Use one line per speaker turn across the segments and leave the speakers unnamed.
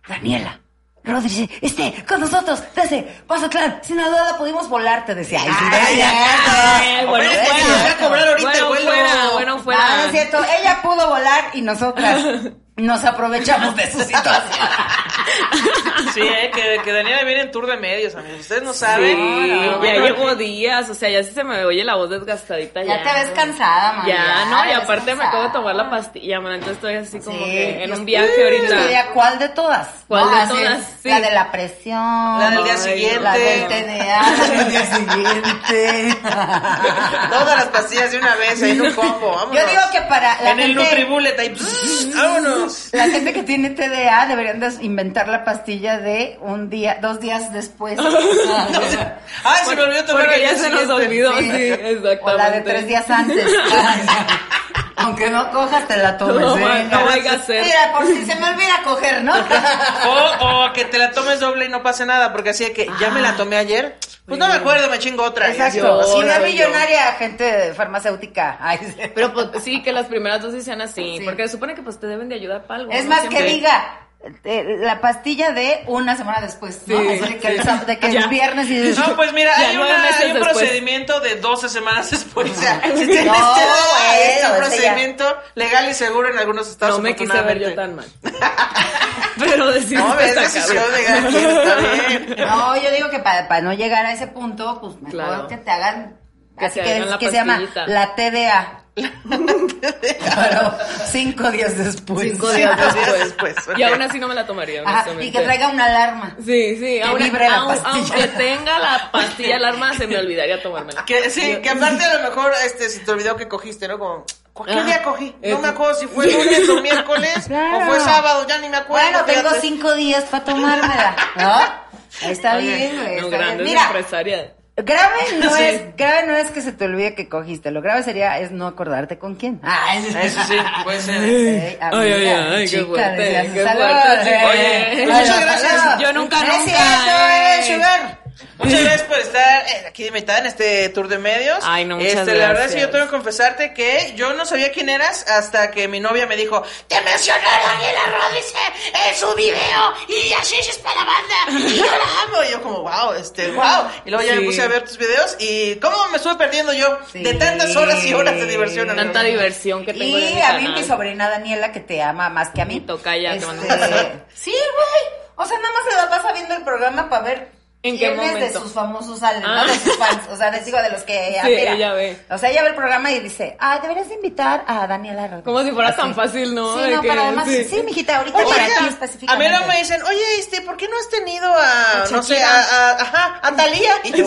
Daniela Rodríguez esté con nosotros desde Mazatlán. Sin duda pudimos volarte, decía. Ay, sí, no es cierto.
Ay, bueno,
Oye,
fuera.
te voy a cobrar ahorita el
Bueno,
vuelo.
fuera, bueno, fuera.
Ah, no es cierto, ella pudo volar y nosotras nos aprovechamos de su situación.
Sí, eh, que, que Daniela viene en tour de medios, amigos. Ustedes no saben.
Sí,
Ah,
Pero
ya
bueno,
llevo días, o sea, ya sí se me oye la voz desgastadita. Ya,
Ya te ves cansada, man.
Ya, no, y
te ves
aparte me
cansada.
acabo de tomar la pastilla, man, entonces estoy así como
Sí,
que en
yo
un viaje
estoy- yo
ahorita.
diría, ¿Cuál de todas?
¿Cuál de
Así,
todas? Sí.
La de la presión.
La del día
ay,
siguiente.
La del TDA. La del día siguiente.
Todas las pastillas de una vez, ahí en un combo. Vámonos.
Yo digo que para la
en el
gente,
Mm.
Nutribullet, ahí. pss, Vámonos.
la gente que tiene TDA deberían de inventar la pastilla de un día, dos días después.
Ay, se me olvidó tomar
ah, Porque
el
ya
día
se nos
siguiente.
olvidó, sí,
Sí.
exactamente.
O la de tres días antes. Ay, Aunque no cojas, te la tomes.
No,
¿eh?
no vaya a ser.
Mira, por si se me olvida coger, ¿no?
O, o que te la tomes doble y no pase nada, porque así de que ya
Ah.
me la tomé ayer. Pues no me acuerdo, me chingo otra. Y así,
Exacto.
así
Si una
era yo.
millonaria, gente farmacéutica. Ay, sí.
Pero pues, sí, que las primeras dosis sean así,
Sí.
porque se supone que pues te deben de ayudar para algo.
es
¿no?
más
Siempre.
que diga. eh, la pastilla de una semana después, ¿no?
Sí,
Así que, el
sí.
sábado- de que
Ya.
el viernes y dices,
No, pues mira,
Ya,
hay,
nueve
una-
meses
hay un
después.
procedimiento de 12 semanas después. O sea, si tienes que
No,
dar
bueno,
este
o sea,
procedimiento legal y seguro en algunos estados.
No me quise ver yo
afortunadamente.
tan mal. Pero decir
No, es decisión de cada quien, está bien.
No, yo digo que para, para no llegar a ese punto, pues mejor
Claro.
que te hagan.
Que
así
te
que,
hagan la
que se llama
pastillita.
la TDA. Pero cinco días después.
Cinco días
Cinco días
después.
después,
Y
ok.
aún así no me la tomaría,
Ajá,
honestamente.
y que traiga una alarma.
Sí, sí, aún,
vibre la
aun-
pastilla.
aunque tenga la pastilla alarma, se me olvidaría tomármela.
Que, sí, que aparte a lo mejor este, si te olvidó que cogiste, ¿no? Como, ¿cu- ¿qué
Ah,
día cogí? No
eso.
me acuerdo si fue lunes o miércoles
Este. Claro.
o fue sábado, ya ni me acuerdo.
Bueno,
fíjate.
tengo
pues
cinco días para tomármela, ¿no? Ahí está
Oye,
bien, güey.
no,
está bien.
grande
Mira,
empresaria.
grave no,
Sí.
es, grave no es que se te olvide que cogiste. Lo grave sería es no acordarte con quién. Ah, eso
Eso sí, pues, puede ser.
Ay,
Ay, ay, ay, qué fuerte, qué fuerte, sí. Oye,
muchas gracias.
Yo nunca, nunca,
Gracias,
eh.
Sugar.
Muchas gracias por estar eh, aquí de invitada en este tour de medios.
Ay, no, muchas
Este, La verdad es que
gracias.
yo tengo que confesarte que yo no sabía quién eras hasta que mi novia me dijo, te mencionó Daniela Rodríguez en su video y así es para la banda y yo la amo. Y yo como, wow, este, wow. Y luego ya
Sí.
me puse a ver tus videos y cómo me estuve perdiendo yo
Sí.
de tantas horas y horas de diversión. amigo.
Tanta diversión que tengo en
Y
mi
a mí mi
canal.
sobrina Daniela, que te ama más que a mí.
Mi tocaya, te mando un
Este,
beso.
Sí, güey. O sea, nada más se la pasa viendo el programa para ver
¿En qué
quiénes de
momento?
sus famosos salen,
Ah.
¿no? De sus fans. O sea, les digo de los que ella
Sí,
mira.
ella ve.
O sea, ella ve el programa y dice, ah, deberías de invitar a Daniela Rodríguez.
Como si fuera
Así.
tan fácil, ¿no?
Sí,
De
no,
que-
pero además,
sí.
sí, mijita, ahorita
Oye,
para ti
a
específicamente.
mí no me dicen, oye, este, ¿por qué no has tenido a,
A
no sé,
Shakira.
a, a- ajá, a Talía? Y yo,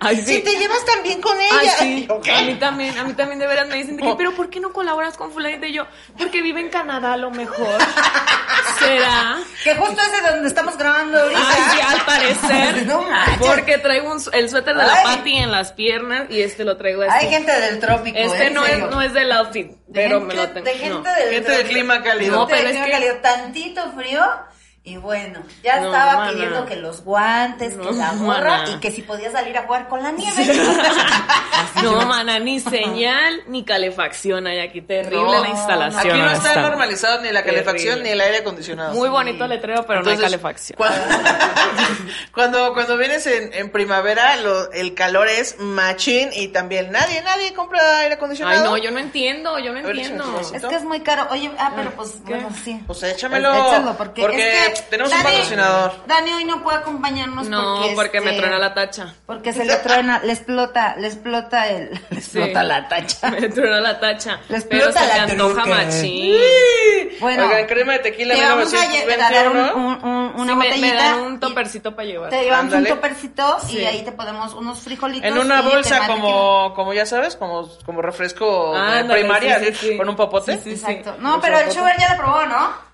Ay, sí.
Si te llevas tan bien con ella.
Ay, sí.
¿Yo qué?
A mí también, a mí también de veras me dicen de
Oh.
que, pero ¿por qué no colaboras con fulanita? Y yo, porque vive en Canadá a lo mejor. ¿Será?
Que justo es de donde estamos grabando ahorita.
Ay, sí, al parecer.
No manches.
Porque traigo un su- el suéter de la
Ay.
Patty en las piernas y este lo traigo así.
Hay gente del trópico,
Este
¿eh?
no es,
Serio.
no es del outfit,
De
pero
gente-
me lo tengo.
De
no.
gente, del,
Gente del
de-
clima cálido.
No,
Gente
pero
del
es
clima
que-
cálido, tantito frío. Y bueno, ya
No,
estaba
mana.
pidiendo que los guantes,
No,
que la gorra
mana.
y que si podía salir a jugar con la nieve.
No, mana, ni señal ni calefacción hay aquí. Terrible
No.
la instalación.
Aquí no
ahora
está normalizado ni la calefacción
Terrible.
ni el aire acondicionado.
Muy bonito el letrero, pero no hay
Entonces,
calefacción.
cua- Cuando, cuando vienes en, en primavera, lo- el calor es machín y también nadie, nadie compra aire acondicionado.
Ay, no, yo no entiendo, yo no
ver, échame
entiendo.
tu vasito.
es que es muy caro. Oye, ah, pero pues, bueno, sí.
Pues échamelo.
Échalo, porque,
Porque
es que
tenemos un patrocinador.
Dani hoy no puede acompañarnos
No,
porque,
porque, me
este,
truena la tacha.
Porque se le truena, le explota, le explota el, le
Sí.
explota la tacha.
Me truena la tacha.
Les
Pero se
explota
te
la
antoja
truca.
machín.
Bueno.
Oigan, crema de tequila
Te vamos a lle- a dar un-
1921.
un- un- una
Sí, me- me,
botellita.
dan un
y-
topercito para llevar.
Te llevamos
Ándale.
un topercito y
Sí.
ahí te podemos unos frijolitos.
En una
y
bolsa
temática.
como, como ya sabes, como, como refresco de
Ándale,
primaria,
sí, sí,
así,
sí.
con un popote.
Sí, sí, sí.
Exacto. No, pero el sugar ya lo probó, ¿no?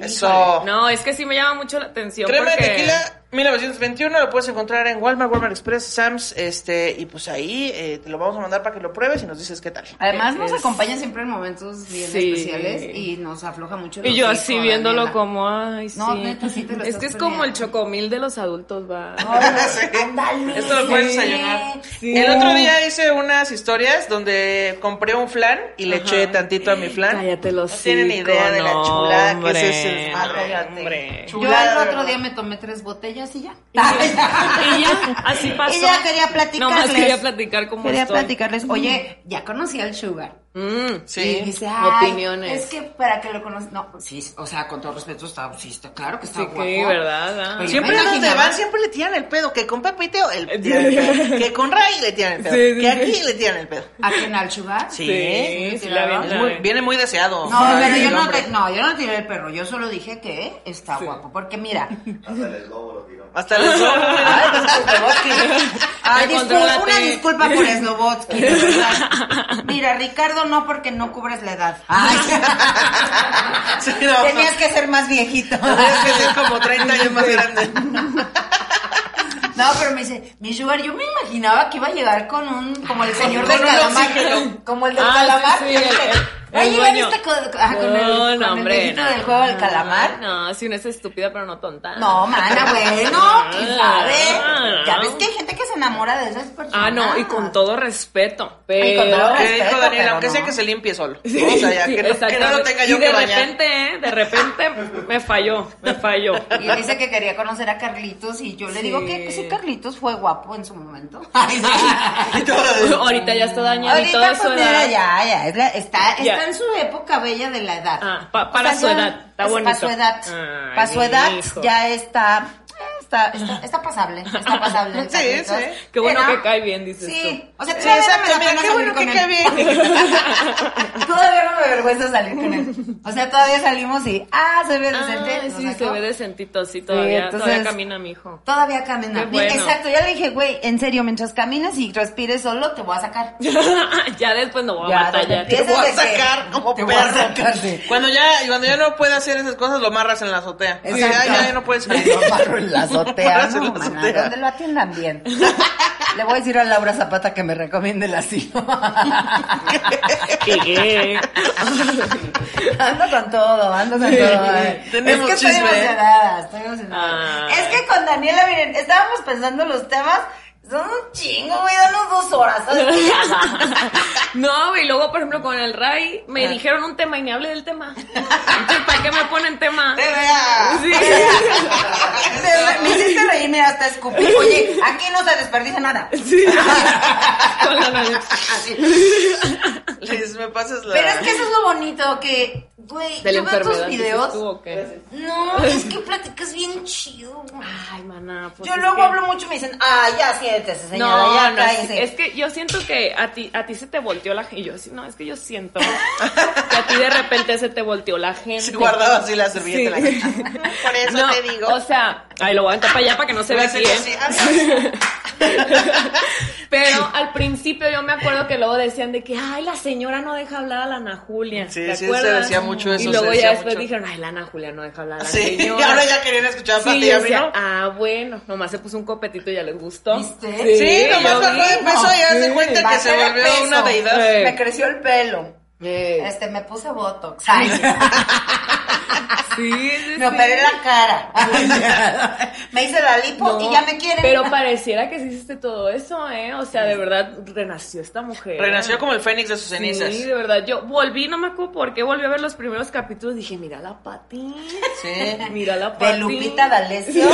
Eso.
No, es que sí me llama mucho la atención.
Crema de
porque-
tequila 1921 lo puedes encontrar en Walmart, Walmart Express, Sam's, este, y pues ahí eh, te lo vamos a mandar para que lo pruebes y nos dices qué tal.
Además nos
Es-
acompaña siempre en momentos bien
Sí.
especiales y nos afloja mucho. el
Y yo
hocico,
así viéndolo
Daniela.
como, ay, sí.
No, neta, sí te lo
es
estás
que es como
perdiendo.
el chocomil de los adultos, va.
Ay,
Sí.
ándale.
Esto lo puedes
Sí.
desayunar. El otro día hice unas historias donde compré un flan y le
Ajá.
eché tantito a mi flan.
Cállate los
No tienen idea de la chulada que es ese desmadre.
hombre.
Yo
Chulada,
el otro
¿verdad?
día me tomé tres botellas y ya.
Y ya, así pasó.
Y ya quería platicarles.
Nomás quería platicar cómo
Quería
estoy.
platicarles. Oye, ya conocí al Sugar.
Mm,
Y
Sí.
dice, ay,
opiniones.
es que para que lo conozcan. No, pues sí, o sea, con todo respeto, está, sí, está claro que está
Sí,
guapo.
que, ¿verdad? Ah.
Pero yo
Siempre
me
donde
imaginaba-
van, siempre le tiran el pedo. Que con Pepito el, le tiran el pedo. Que con Ray le tiran el pedo.
Sí,
que
sí, sí.
aquí le tiran el pedo.
¿A quién, al Sugar?
Sí.
Sí, sí, la vi,
Es
la
muy-
vi.
viene muy deseado.
No,
Ay,
pero yo
el
no,
hombre.
te- no, yo no tiré el perro, yo solo dije que está guapo, porque mira,
Hasta Ah, los ojos.
ay, pues, Slobodsky. Ay, disculpa,
Contrólate.
una disculpa por Slobodsky. de verdad. Mira, Ricardo no porque no cubres la edad. Ay.
Sí, no.
Tenías que ser más viejito.
Tenías que ser como 30 años más grande.
No, pero me dice, mi sugar, yo me imaginaba que iba a llegar con un, como el señor
Con
del
un
calamar.
oxígeno.
Como el del
Ah, sí,
calamar.
sí, el- el-
Va a
el
llegar
dueño.
esta co- ah, con, el,
No,
con
no,
el
hombre.
viejito
no.
del juego del calamar.
No, si una es estúpida, pero no tonta.
No, mana, bueno, quién sabe.
Ah,
Ya
no.
ves que hay gente que se enamora de esas personas.
Ah, no, y con todo respeto. Pero.
Ay, con todo
¿Qué dijo
respeto,
Daniela?
pero
Aunque sea
no.
que se limpie solo.
Sí,
o sea, ya
sí,
que, no, que no lo
exactamente.
tenga yo
y
que
de
bañar.
repente, eh, de repente me falló, me falló.
Y dice que quería conocer a Carlitos y yo le
Sí.
digo que, que sí, Carlitos fue guapo en su momento.
Ahorita ya está dañadito
Ahorita
de su
pues mira,
edad.
ya, ya, es la- está,
Ya.
está en su época bella de la edad.
Ah, pa- para su edad, está
Para
bonito.
su edad,
Ay,
para su edad
hijo.
ya está, eh, está, está, está pasable, está pasable. el
Sí,
Carlitos.
sí.
Qué bueno
Era-
que cae bien, dices
Sí, o sea,
Sí,
todavía
exacto,
no me da
mira,
pena
qué
salir
bueno
con
que qué
él.
bien.
Todavía no me avergüenza salir con él. O sea, todavía salimos y, ah, se ve
tú.
decente.
Ay,
lo
sí,
sacó.
se ve decentito, sí, todavía,
entonces-
todavía camina mi hijo.
Todavía camina.
Qué bueno.
Exacto, ya le dije, güey, en serio, mientras camines y respires solo, te voy a sacar.
ya después no voy
Ya,
a batallar.
donde
Te voy a
Ese de que-
sacar como
te voy a
perro.
sacar de-
Cuando ya, y cuando ya no puede hacer esas cosas, lo amarras en la azotea. O sea,
Exacto.
ya, ya no puedes salir.
Lo amarro en la azotea,
Amarras en
no,
la
maná,
azotea.
donde lo atiendan bien. Le voy a decir a Laura Zapata que me recomiende el asilo.
¿Qué?
ando con todo, ando con todo. eh.
Tenemos
es que
chisme.
estoy emocionada, estoy emocionada.
Ah.
Es que con Daniela, miren, estábamos pensando los temas, son un chingo, güey, danos dos horas. ¿sabes?
No, güey, luego, por ejemplo, con el Ray,
Ah.
me dijeron un tema y me hablé del tema. Entonces, ¿para qué me ponen tema?
Te vea.
Sí.
Me- Me hiciste reírme hasta escupir. Oye, aquí no se desperdicia nada.
Sí. Con la nariz.
Liz, me pasas la.
Pero es que eso es lo bonito, que, güey,
De la
yo veo tus
enfermedad. dices
videos.
tú, ¿o qué?
No, es que platicas bien chido. güey.
Ay, maná. Ah, pues
Yo
es
luego
que-
hablo mucho y me dicen, ah, ya siéntese, señora,
no,
ya
no,
cállese".
es que yo siento que a ti, a ti se te volteó la gente. Y yo así, no, es que yo siento que a ti de repente se te volteó la gente.
Si guardaba así la servilleta
Sí.
en la cara. Por eso
No,
te digo.
O sea, ahí lo voy a entrar para allá para que no se
Voy a
vea
hacer así,
bien. Pero al principio yo me acuerdo que luego decían de que, ay, la señora no deja hablar a la Ana Julia.
Sí,
¿te
sí, se
acuerdas?
decía mucho eso,
Y
se
luego
decía
ya después
mucho.
dijeron, ay, la Ana Julia no deja hablar a la
sí, y
señora.
ahora ya querían escuchar
Sí,
para ti,
yo
a mí
decía,
no.
ah, bueno, nomás se puso un copetito y ya les gustó.
¿Viste?
Sí, nomás
yo
bajó de
vi.
peso y haz de
Sí.
cuenta que
Bajé
se
de
volvió
peso.
una deidad.
Eh.
Me creció el pelo.
Eh,
Este, me puse botox. Ay, "Ah,
sí, sí,
me
sí.
operé la cara. me hice la lipo
No,
y ya me quieren.
Pero pareciera que sí hiciste todo eso, ¿eh? O sea, de verdad, renació esta mujer.
Renació como el fénix de sus cenizas.
Sí, de verdad. Yo volví, no me acuerdo por qué, volví a ver los primeros capítulos. Dije, mira la Pati.
Sí.
Mira la Pati.
de Lupita D'Alessio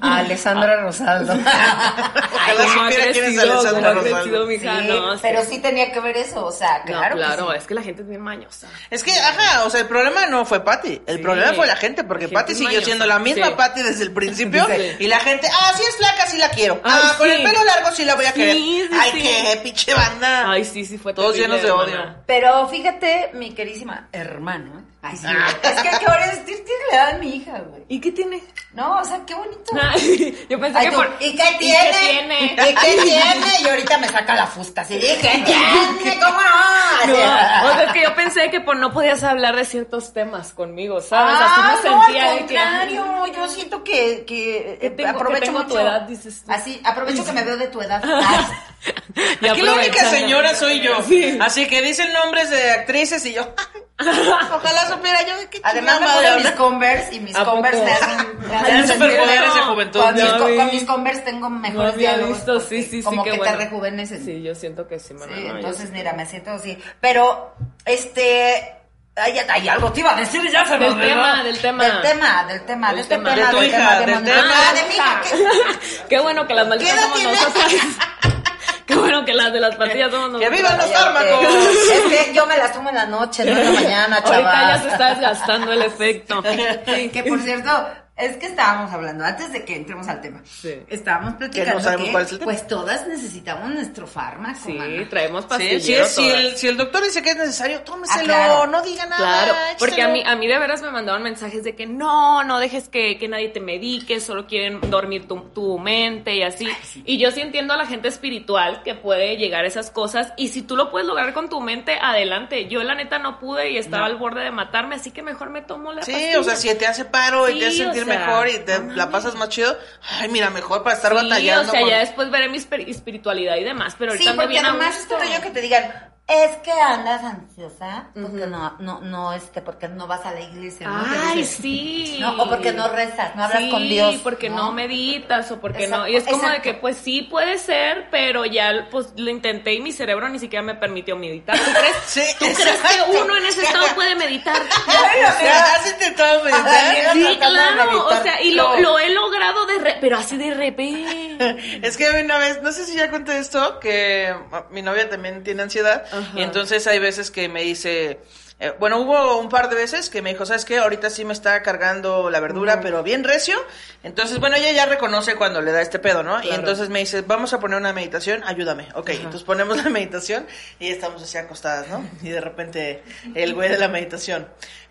a Alessandra Rosaldo.
Ay,
Ojalá
cómo ha
supiera quién es
crecido,
Alessandra
cómo ha
Rosaldo.
crecido,
Sí,
mija. no, sí.
pero sí tenía que ver eso, o sea,
No, eh.
claro. que sí.
es que la gente es bien mañosa.
Es que, ajá, o sea, el problema no fue Patty, el
Sí.
problema fue la gente, porque
La gente
Patty
es
siguió
mañosa.
siendo la misma
Sí.
Patty desde el principio
Sí.
y la gente, ah, sí es flaca, sí la quiero.
Ay,
ah, con
sí.
el pelo largo sí la voy a
Sí,
querer.
sí,
Ay,
sí.
qué pinche
Ah.
banda.
Ay, sí, sí, fue
Todos
terrible,
llenos de odio.
hermana.
Pero fíjate, mi querísima hermana. Ay, sí.
ah.
Es que ahora es tiene la edad de mi hija, güey.
¿Y qué tiene?
No, o sea, qué bonito.
Ay, yo pensé
Ay,
Ah, que
tú,
por...
¿Y qué tiene?
tiene?
¿Y qué tiene? Y ahorita me saca la fusta. ¿sí? ¿Y qué tiene? ¿Cómo no?
No, o sea, es que yo pensé que por no podías hablar de ciertos temas conmigo, ¿sabes?
Ah,
Así me
no,
sentía
al
de que-
contrario, yo siento que, que, eh,
tengo- que
aprovecho
tengo
mucho.
tu edad, dices tú.
Así, aprovecho que me veo de tu edad. Ay,
Ya
Aquí la única
aprovechando.
señora soy yo.
Sí. Ah,
Así que dicen nombres de actrices y yo, "Ah, ojalá supiera yo de qué
Además me
chingada
puse
madre
mis
habla.
Converse y mis
¿A poco?
Converse me hacen, me hacen
Tienen
sentir-
superpoderes de juventud.
Con, mis,
Ya
co-
vi.
con mis Converse tengo
No
mejores
había
diálogos.
visto,
porque
sí, sí, sí.
Como
qué
que te
bueno.
rejuveneces.
Sí, yo siento que sí,
Sí,
mamá.
entonces mira, me siento así. Pero, este... Ay, ya- ay, algo te iba a decir y ya se me
Del
olvidó.
tema, del tema.
Del tema, del tema,
Del
de este
tema.
tema,
De tu
del
hija,
tema,
del
tema.
tema.
Ah, de mi hija, ¿qué?
Qué bueno que las
¿Qué
malditas
edad
somos
tienes?
nosotras. Qué bueno que las de las pastillas somos
¡Que
nosotras.
vivan los
Cállate.
fármacos!
Es que yo me las tomo en la noche, no en la mañana, chaval.
Ahorita ya se está desgastando el efecto.
Sí, que por cierto, Es que estábamos hablando, antes de que entremos al tema, estábamos platicando
Que no sabemos
que,
cuál es el tema.
pues todas necesitamos nuestro fármaco.
Sí,
mana.
traemos
Sí,
pastillas.
si, si el, si el doctor dice que es necesario, tómeselo,
Ah, claro.
no diga nada.
Claro, porque a
écheselo.
mí, a mí de veras me mandaban mensajes de que no, no dejes que, que nadie te medique, solo quieren dormir tu, tu mente y así. Y yo sí entiendo a la gente espiritual que puede llegar a esas cosas y si tú lo puedes lograr con tu mente, adelante. Yo la neta no pude y
No.
estaba al borde de matarme, así que mejor me tomo la
Sí,
pastilla.
o sea, si te hace paro y
Sí,
te hace
o
sentir
sea,
mejor y te
no
la pasas más chido, ay, mira, mejor para estar
Sí,
batallando.
o sea,
con-
ya después veré mi esper- espiritualidad y demás, pero ahorita
Sí,
ando
porque
bien a
nomás es
gusto.
como yo que te digan, es que andas ansiosa, porque no, no, no, este, porque no vas a la iglesia, ¿no? Que
Ay,
dices,
sí.
No, o porque no rezas, no hablas
Sí,
con Dios.
porque no, meditas o porque no.
Exacto,
Y es como de
exacto.
que, pues sí puede ser, pero ya pues, lo intenté y mi cerebro ni siquiera me permitió meditar. ¿Tú crees,
Sí,
¿tú crees que
exacto.
uno en ese estado puede meditar?
"Ah,
Ay, o sea, has intentado meditar.
Sí, claro, o
meditar.
sea, y lo,
No.
lo he logrado de re- pero así de repente.
Es que una vez, no sé si ya conté esto, que ah, mi novia también tiene ansiedad, y entonces hay veces que me dice, eh, bueno, hubo un par de veces que me dijo, ¿sabes qué? Ahorita sí me está cargando la verdura, pero bien recio. Entonces, bueno, ella ya reconoce cuando le da este pedo, ¿no? Y
Claro.
entonces me dice, vamos a poner una meditación, ayúdame. Ok, entonces ponemos la meditación y estamos así acostadas, ¿no? Y de repente el güey de la meditación.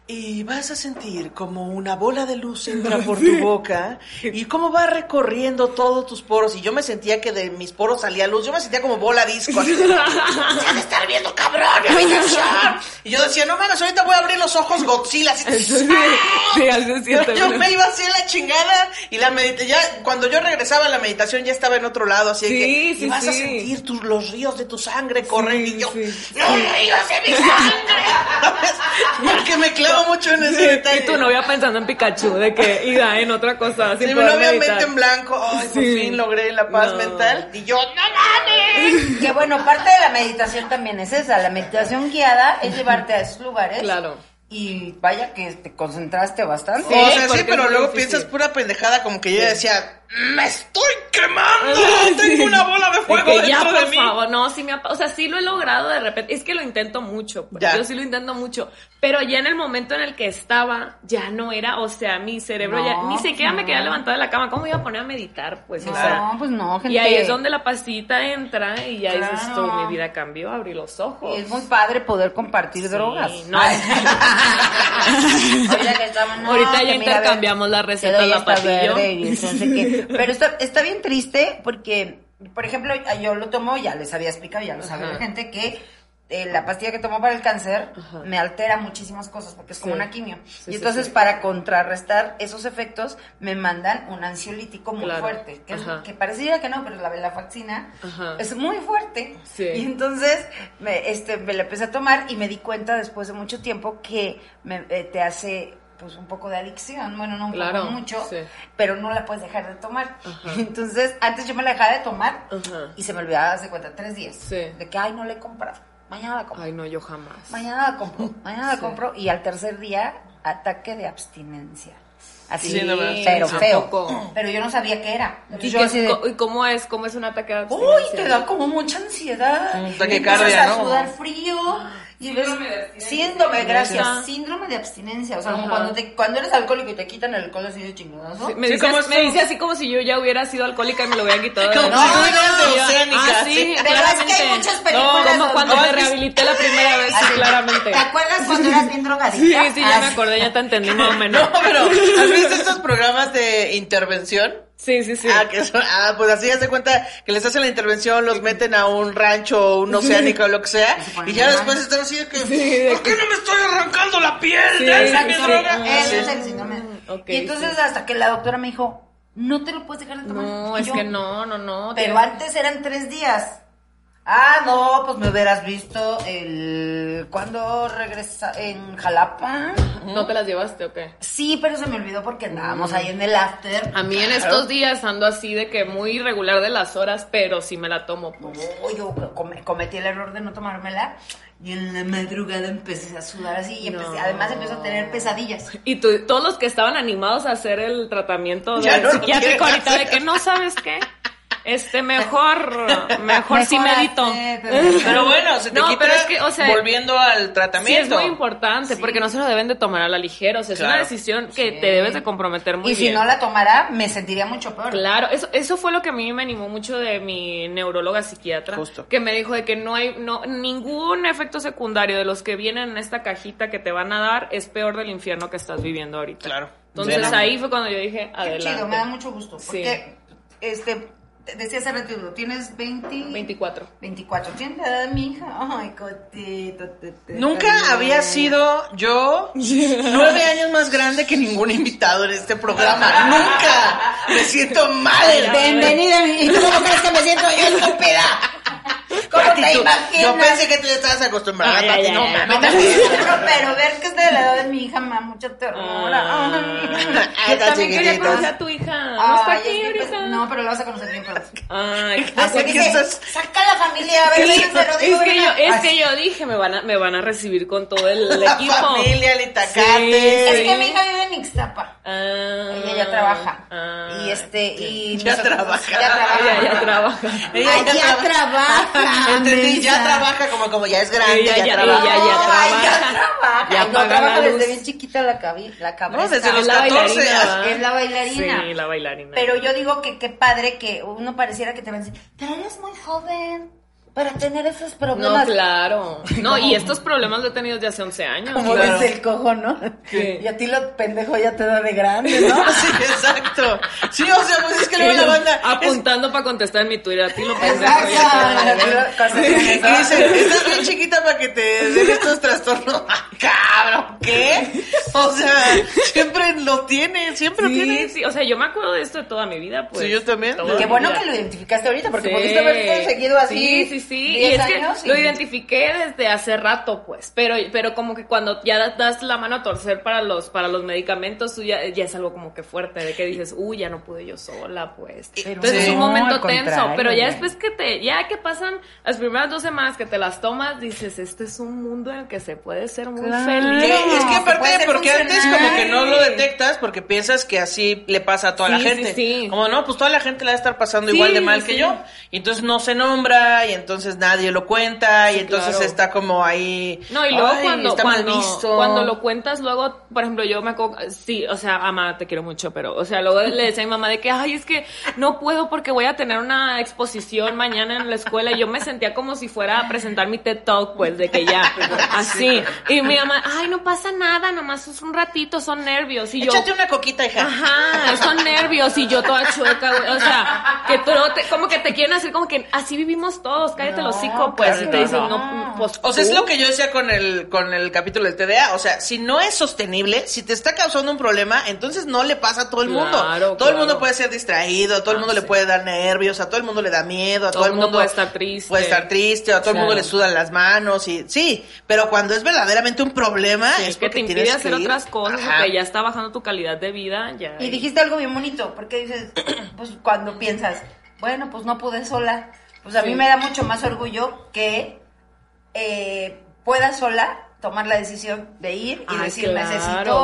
Y vas a sentir como una bola de luz entra por tu boca y cómo va recorriendo todos tus poros. Y yo me sentía que de mis poros salía luz. Yo me sentía como bola disco. así. ¡Se ha de estar viendo, cabrón! mi meditación! Y yo decía, no mames, ahorita voy a abrir los ojos Godzilla. así.
Sí, así siento,
yo
¿no?
me iba así a la chingada y la medita ya cuando yo regresaba a la meditación ya estaba en otro lado así de
Sí,
que
sí,
y vas a
sí.
sentir tus, los ríos de tu sangre corren y yo
sí.
no ríos de mi sangre porque me clavo mucho en ese detalle
Y tu novia pensando en Pikachu, de que, y da en otra cosa.
Sí, mi
sin poder
novia
meditar.
mente en blanco ay por
Sí.
fin logré la paz
No.
mental y yo no
Que bueno, parte de la meditación también es esa. La meditación guiada es llevarte a esos lugares.
Claro.
Y vaya que te concentraste bastante.
o sea,
porque
sí,
es
pero
muy
luego
difícil.
piensas pura pendejada, como que yo ya decía, me estoy quemando, Ah, tengo una bola de fuego
Ah, que ya,
dentro
por
de mí.
favor, no, sí me ha, o sea, sí lo he logrado de repente, es que lo intento mucho, pues,
Ya.
yo sí lo intento mucho, pero ya en el momento en el que estaba, ya no era, o sea, mi cerebro ya,
No,
ni siquiera me
no.
quedaba levantada de la cama, ¿cómo me iba a poner a meditar? Pues, o sea,
No, pues no, gente.
y ahí es donde la pastillita entra y ya dices tú,
Claro.
mi vida cambió, abrí los ojos.
Y es muy padre poder compartir drogas.
no.
Ahorita que estamos, no,
Ahorita
que
ya
mira,
intercambiamos las
te
recetas,
doy
la
esta
pastilla.
verde y entonces que- Pero está, está bien triste porque, por ejemplo, yo lo tomo, ya les había explicado, ya lo sabe
Ajá.
la gente, que eh, la pastilla que tomo para el cáncer
Ajá.
me altera muchísimas cosas porque es
Sí.
como una quimio.
Sí,
y
sí,
entonces,
sí.
para contrarrestar esos efectos, me mandan un ansiolítico muy
Claro.
fuerte, que, es-
Ajá.
que pareciera que no, pero la velafaxina
Ajá.
es muy fuerte.
Sí.
Y entonces me, este, me la empecé a tomar y me di cuenta después de mucho tiempo que me, eh, te hace pues un poco de adicción, bueno, no un poco,
Claro,
mucho,
sí.
pero no la puedes dejar de tomar. Entonces, antes yo me la dejaba de tomar
Ajá.
y se me olvidaba, haz de cuenta, tres días.
Sí.
De que, ay, no la he comprado, mañana la compro,
Ay, no, yo jamás.
mañana la compro, mañana la compro y al tercer día, ataque de abstinencia. Así,
Sí, no, pero
pero
sí,
feo.
tampoco.
Pero yo no sabía qué era.
¿Y,
Entonces yo
qué-
así de-
co- y cómo es? ¿Cómo es un ataque de
Uy,
abstinencia?
te da como mucha ansiedad.
Un
Empiezas
taquicardia,
a
¿no?
sudar frío. Y ves,
Síndrome de abstinencia.
síndrome,
Ajá.
gracias. Síndrome de abstinencia. O sea, como
Ajá.
cuando, te, cuando eres alcohólico y te quitan el alcohol así de chingonazo.
Me,
Sí,
dice,
como
me
esto.
dice así como si yo ya hubiera sido alcohólica y me lo hubieran quitado.
Como
la-
si tú hubieras sido
Ah,
oceánica,
Ah, sí,
sí.
Pero es que hay
claramente.
muchas películas
No, como
donde-
cuando me
¿No has visto?
rehabilité la primera vez, sí,
Así.
claramente.
¿Te acuerdas cuando eras bien
Sí,
drogadita?
sí, ya me
Así.
acordé, ya te entendí más o menos.
No, pero ¿has visto estos programas de intervención?
Sí, sí, sí.
Ah, que son- ah, pues así ya se cuenta que les hacen la intervención, los meten a un rancho o un oceánico o lo que sea, y ya después están así de que,
de
¿por qué no me estoy arrancando la piel
Sí,
de
sí,
esa que
sí.
droga?
Ah,
Ah,
Eso
sí.
es el síndrome.
ok,
y entonces
sí.
hasta que la doctora me dijo, no te lo puedes dejar de tomar.
No,
Y
es
yo,
que no, no, no.
Pero
tiene-
antes eran tres días. Ah, no, pues me hubieras visto el... ¿Cuándo regresa? ¿En Jalapa?
¿No te las llevaste o qué?
Sí, pero se me olvidó porque andábamos ahí en el after.
A mí en estos días ando así de que muy irregular de las horas, pero sí me la tomo.
No,
pues.
yo come- cometí el error de no tomármela y en la madrugada empecé a sudar así y empecé-
No.
además empecé a tener pesadillas.
Y tú- todos los que estaban animados a hacer el tratamiento de
Ya no lo
psiquiátrico
quieren
ahorita de
hacer.
que no sabes qué. Este, mejor, mejor sí medito.
Pero, bueno, se te
No,
quita
pero es que, o sea,
volviendo al
Sí,
tratamiento.
es muy importante porque no se lo deben de tomar a la ligera. O sea,
Claro.
es una decisión que te debes de comprometer muy
Y si
bien.
no la tomara, me sentiría mucho peor.
Claro, eso, eso fue lo que a mí me animó mucho de mi neuróloga psiquiatra,
Justo.
que me dijo de que no hay no ningún efecto secundario de los que vienen en esta cajita que te van a dar es peor del infierno que estás viviendo ahorita. Claro. Entonces
Bueno.
ahí fue cuando yo dije,
Qué
adelante.
chido, me da mucho gusto.
Sí.
Porque, este, te decía hace ratito, tienes 20...
24.
24. Tienes la edad de mi hija. Ay, cotito. te- te-
Nunca
te-
había sido yo nueve años más grande que ningún invitado en este programa. Nunca. Me siento mal.
Bienvenida, ¿y tú cómo crees que me siento yo, estúpida? ¿Cómo
Pati,
te
tú-
imaginas?
Yo pensé que tú ya estabas acostumbrada.
Ay,
Pati,
ay,
no,
ay,
mames.
No, pero ver que es de la edad de mi hija me da mucha terror.
Ah.
Ah.
Ay,
Ay,
yo
tan
también quería
chiquititas.
conocer
a tu hija.
Ay,
No está
es
aquí
que, pues,
ahorita.
No, pero la vas a conocer bien pronto.
Ay,
Ah,
Así
porque
dije,
estás-
saca a la familia, a ver,
Es,
déjense, lo
que-
digo,
es que yo,
¿verdad?
es
Ay,
que yo dije, me van a, me van a recibir con todo el
La
equipo.
familia,
el
Sí,
Es
sí.
que mi hija vive en Ixtapa.
Ah,
Ella ya trabaja. y este, y.
Ya
nosotros-
trabaja.
Ya trabaja.
Ella ya trabaja.
Ella
Ay, ya trabaja.
Entendí, ya
mensa.
trabaja como, como ya es grande,
Ella
ya,
ya-
trabaja.
ella ya
Ay,
trabaja.
trabaja.
Ya
Ay,
no trabaja
la luz.
desde bien chiquita la, cabi- la cabeza.
No, desde los
Es la
14.
bailarina, Es la bailarina.
Sí, la bailarina.
Pero yo digo que qué padre que uno pareciera que te van a decir, pero eres muy joven para tener esos
No,
problemas.
claro. No, y estos problemas los he tenido desde hace 11 años.
Como
Claro.
dice el cojo, ¿no?
¿Qué?
Y a ti lo pendejo ya te da de grande, ¿no?
Sí, exacto. Sí, o sea, pues es que luego
Y
la
lo-
banda.
Apuntando para contestar en mi Twitter. A ti lo pensé.
Exacto.
Sí,
Y dicen, estás bien chiquita para que te den estos trastornos. Ah, Cabrón, ¿qué? O sea, siempre lo tiene, siempre lo tiene.
o sea, yo me acuerdo de esto de toda mi vida, pues.
Sí, yo también.
Toda
Qué
mi
bueno
vida.
que lo identificaste ahorita, porque
Sí.
pudiste haber conseguido así.
Sí, sí, sí. Y
10
es
años
que
y-
lo identifiqué desde hace rato, pues. Pero, pero como que cuando ya das- das la mano a torcer para los, para los medicamentos, tú ya, ya es algo como que fuerte, de que dices, uy, ya no pude yo sola, pues. Entonces es
sí.
un
No,
momento
al
tenso,
contrario,
pero ya
güey.
después que te, ya que pasan las primeras dos semanas que te las tomas, dices, este es un mundo en el que se puede ser muy
Claro.
feliz.
Que- es que
puede
aparte,
ser
porque antes
funcional.
como que no lo detectas porque piensas que así le pasa a toda la
Sí, sí,
gente.
sí.
Como no, pues toda la gente la va a estar pasando
Sí,
igual de mal que
sí.
yo. Y entonces no se nombra y entonces nadie lo cuenta y entonces
claro.
está como ahí.
No, y luego
"Ay,
cuando,
está
cuando,
mal visto.
cuando lo cuentas, luego, por ejemplo, yo me acuerdo, sí, o sea, mamá, te quiero mucho, pero, o sea, luego le decía a mi mamá de que, ay, es que no puedo porque voy a tener una exposición mañana en la escuela, y yo me sentía como si fuera a presentar mi TED Talk, pues, de que ya, así, y mi mamá, ay, no pasa nada, nomás es un ratito, son nervios, y yo...
Échate una coquita, hija.
Ajá, son nervios y yo toda chueca, güey. O sea, que tú no te- como que te quieren hacer como que así vivimos todos, cállate los el hocico, pues, y te dicen, no, pues.
O sea, es
tú".
lo que yo decía con el, con el capítulo del TDA. O sea, si no es sostenible, si te está causando un problema, entonces no le pasa a todo el mundo.
Claro,
todo el
claro. Ah,
mundo puede ser distraído, a todo el mundo le puede dar nervios, a todo el mundo le da miedo, a todo, el mundo
puede estar triste.
puede estar triste, a todo el
Claro.
mundo le sudan las manos. y Sí, pero cuando es verdaderamente un problema,
Sí,
es
que
porque
te impide
tienes
hacer
que ir.
otras cosas,
Ajá.
porque ya está bajando tu calidad de vida, ya.
Y dijiste algo bien bonito, porque dices, pues cuando piensas, bueno, pues no pude sola. Pues a mí
Sí.
me da mucho más orgullo que eh, pueda sola tomar la decisión de ir y
Ay,
decir,
claro,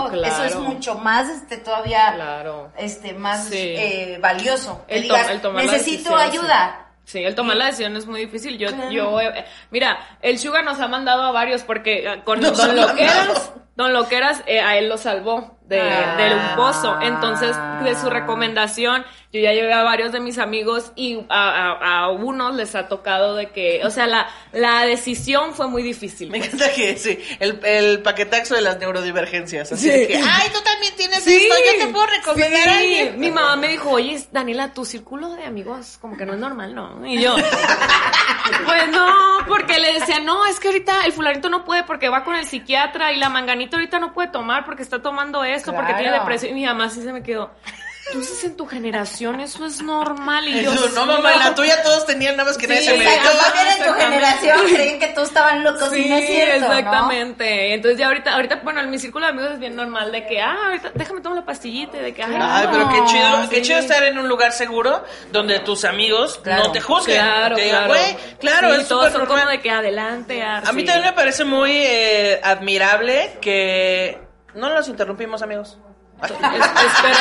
necesito. Eso es
claro.
mucho más, este, todavía,
Claro.
este, más
Sí.
eh, valioso. Que
El to-
digas,
el tomar la
necesito
decisión, sí.
ayuda.
Sí, el tomar la decisión es muy difícil. Yo,
Claro.
yo, eh, mira, el Sugar nos ha mandado a varios porque eh, con
Nos ha
Don Loqueras,
mandado.
Don Loqueras, eh, a él lo salvó de,
Ah.
de un pozo. Entonces, de su recomendación, yo ya llevé a varios de mis amigos y a, a, a unos les ha tocado de que, o sea, la, la decisión fue muy difícil.
Me encanta que sí, el, el paquetaxo de las neurodivergencias. Así de que, ay, tú también tienes
Sí.
esto, yo te puedo recomendar
Sí.
a alguien.
Mi mamá me dijo, oye, Daniela, tu círculo de amigos como que no es normal, ¿no? Y yo, pues no, porque le decía, no, es que ahorita el fulanito no puede porque va con el psiquiatra y la manganita ahorita no puede tomar porque está tomando esto, porque tiene
Claro.
depresión. Y mi mamá sí se me quedó. Entonces en tu generación eso es normal y yo
Yo, no,
"Sí,
mamá, en la
mamá".
tuya todos tenían nada más que nadie
Sí,
se
exacto,
meditaba.
Más bien en tu
Exactamente.
generación creen que todos estaban locos y no es cierto, ¿no?
exactamente. Entonces ya ahorita, ahorita, bueno, en mi círculo de amigos es bien normal de que, ah, ahorita déjame tomar la pastillita, y de que, ay,
Ay,
no,
pero qué chido,
sí.
qué chido estar en un lugar seguro donde tus amigos
Claro.
no te juzguen.
Claro,
te digan,
claro.
güey, claro,
Sí,
es
todos
súper
son
normal".
como de que adelante. ah,
A mí
sí.
también me parece muy eh, admirable que no los interrumpimos, amigos.
Es- espero.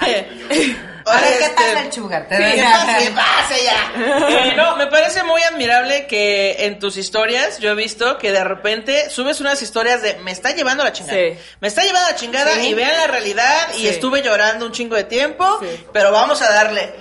Que-
Ahora, ¿qué
Este,
pasa el sugar? Te
sí,
doy-
¿qué pasa? ¿Qué pasa ya? Eh, no, me parece muy admirable que en tus historias yo he visto que de repente subes unas historias de me está llevando la chingada. Me está llevando la chingada
Sí.
y vean la realidad y
Sí.
estuve llorando un chingo de tiempo, pero vamos a darle.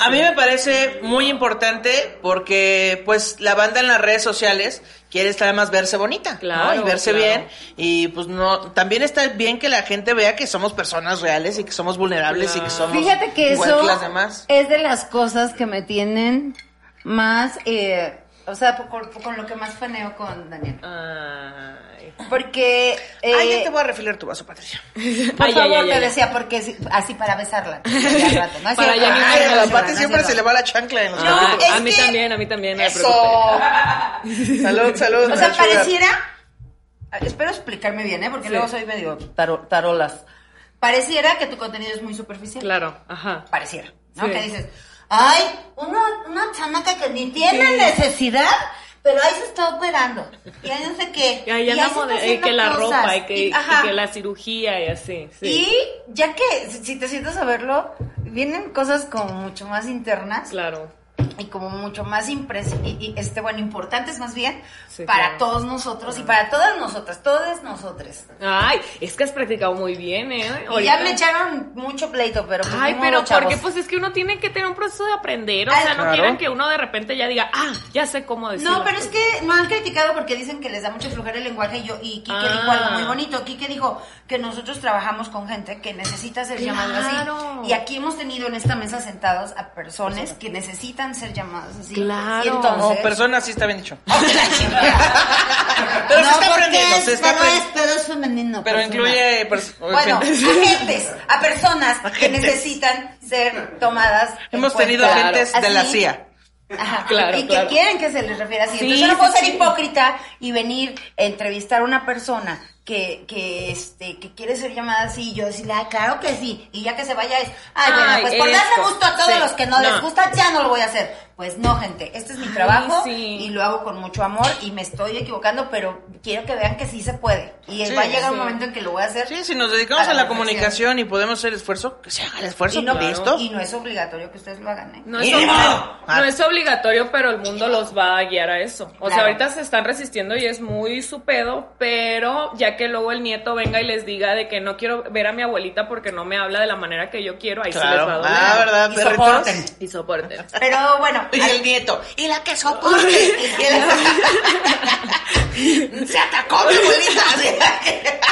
A mí me parece muy importante porque pues la banda en las redes sociales quiere estar más verse bonita, ¿no?
Claro,
y verse
claro.
bien y pues no también está bien que la gente vea que somos personas reales y que somos vulnerables y que somos
Fíjate que
igual
eso
que las demás.
es de las cosas que me tienen más, eh, o sea, por- por- con lo que más faneo con Daniel. Porque...
Ay,
eh,
ya te voy a refilar tu vaso, Patricia.
Por
Ay, ya, ya,
favor,
ya, ya.
te decía, porque si- así para besarla. al rato, ¿no? Es
Para
cierto.
ya ni-
Ay,
Ay,
no,
a
no,
la Pati
no,
siempre
no.
se le va la chancla en los
No,
capítulos.
Ah, a mí también, a mí también. no me
Eso.
preocupe.
Salud, salud.
O sea,
Nacho, ya.
pareciera. Ah, Espero explicarme bien, ¿eh? Porque
Sí.
luego soy medio taro- tarolas. Pareciera que tu contenido es muy superficial. Claro, ajá. Pareciera, ¿no?
Sí.
Que dices, ay, una, una chamaca que ni tiene
Sí.
necesidad, pero ahí se está operando. Y ahí no sé qué.
Y ahí
ahí se
andamos
está
de- eh, que
haciendo
la
cosas.
ropa y que,
Y-
y
ajá.
que la cirugía y así. sí.
Y ya que, si- si te sientas a verlo, vienen cosas como mucho más internas. Claro. Y como mucho más impres y, y, este, bueno, importantes más bien para
claro.
todos nosotros y para todas nosotras, todas nosotras.
Ay, es que has practicado muy bien, ¿eh?
Y
Ahorita.
ya me echaron mucho pleito, pero pues,
Ay,
ni
pero
modo, chavos.
porque pues es que uno tiene que tener un proceso de aprender, o
Ay,
sea, no
claro.
quieren que uno de repente ya diga, ah, ya sé cómo decirlo.
No, pero es que no han criticado porque dicen que les da mucho flujera el lenguaje y yo y Kike
Ah.
dijo algo muy bonito. Kike dijo que nosotros trabajamos con gente que necesita ser llamada
Claro.
así. Y aquí hemos tenido en esta mesa sentados a personas que necesitan ser llamadas así.
Claro.
Y entonces,
No, personas sí está bien dicho. Pero
No,
se está
porque
aprendiendo, se está
pero
aprendiendo.
es- pero es femenino.
Pero
persona.
incluye pers-
Bueno, a
gente.
gentes, a personas que necesitan ser tomadas. en
Hemos tenido
cuenta.
gentes de la
pues, Así,
CIA.
Ajá,
Claro,
y
claro.
que quieren que se les refiera así.
Sí,
Entonces yo no puedo
sí,
ser
sí.
hipócrita y venir a entrevistar a una persona que, que, este, que quiere ser llamada así y yo decirle, ah, claro que sí. Y ya que se vaya es, ay, bueno,
Ay,
pues por
eres
darle
co-
gusto a todos
sí,
los que no,
no.
les gusta, ya no lo voy a hacer. Pues no, gente, este es mi
Ay,
trabajo
sí.
y lo hago con mucho amor y me estoy equivocando, pero quiero que vean que sí se puede. Y
Sí,
va a llegar
sí.
un momento en que lo voy a hacer.
Sí, si nos dedicamos a la comunicación y podemos hacer esfuerzo, que se haga el esfuerzo,
y no,
listo.
y no es obligatorio que ustedes lo hagan, ¿eh?
No es,
¡Ni
obli-
modo!
no es obligatorio, pero el mundo los va a guiar a eso. O sea,
Claro.
ahorita se están resistiendo y es muy su pedo, pero ya que luego el nieto venga y les diga de que no quiero ver a mi abuelita porque no me habla de la manera que yo quiero, ahí sí
Claro.
les va a doler.
Ah, ¿verdad,
Y
perritos?
soporten. Y soporten.
Pero bueno.
Y el nieto. Y la que soporte.
Y
el- Se atacó mi abuelita.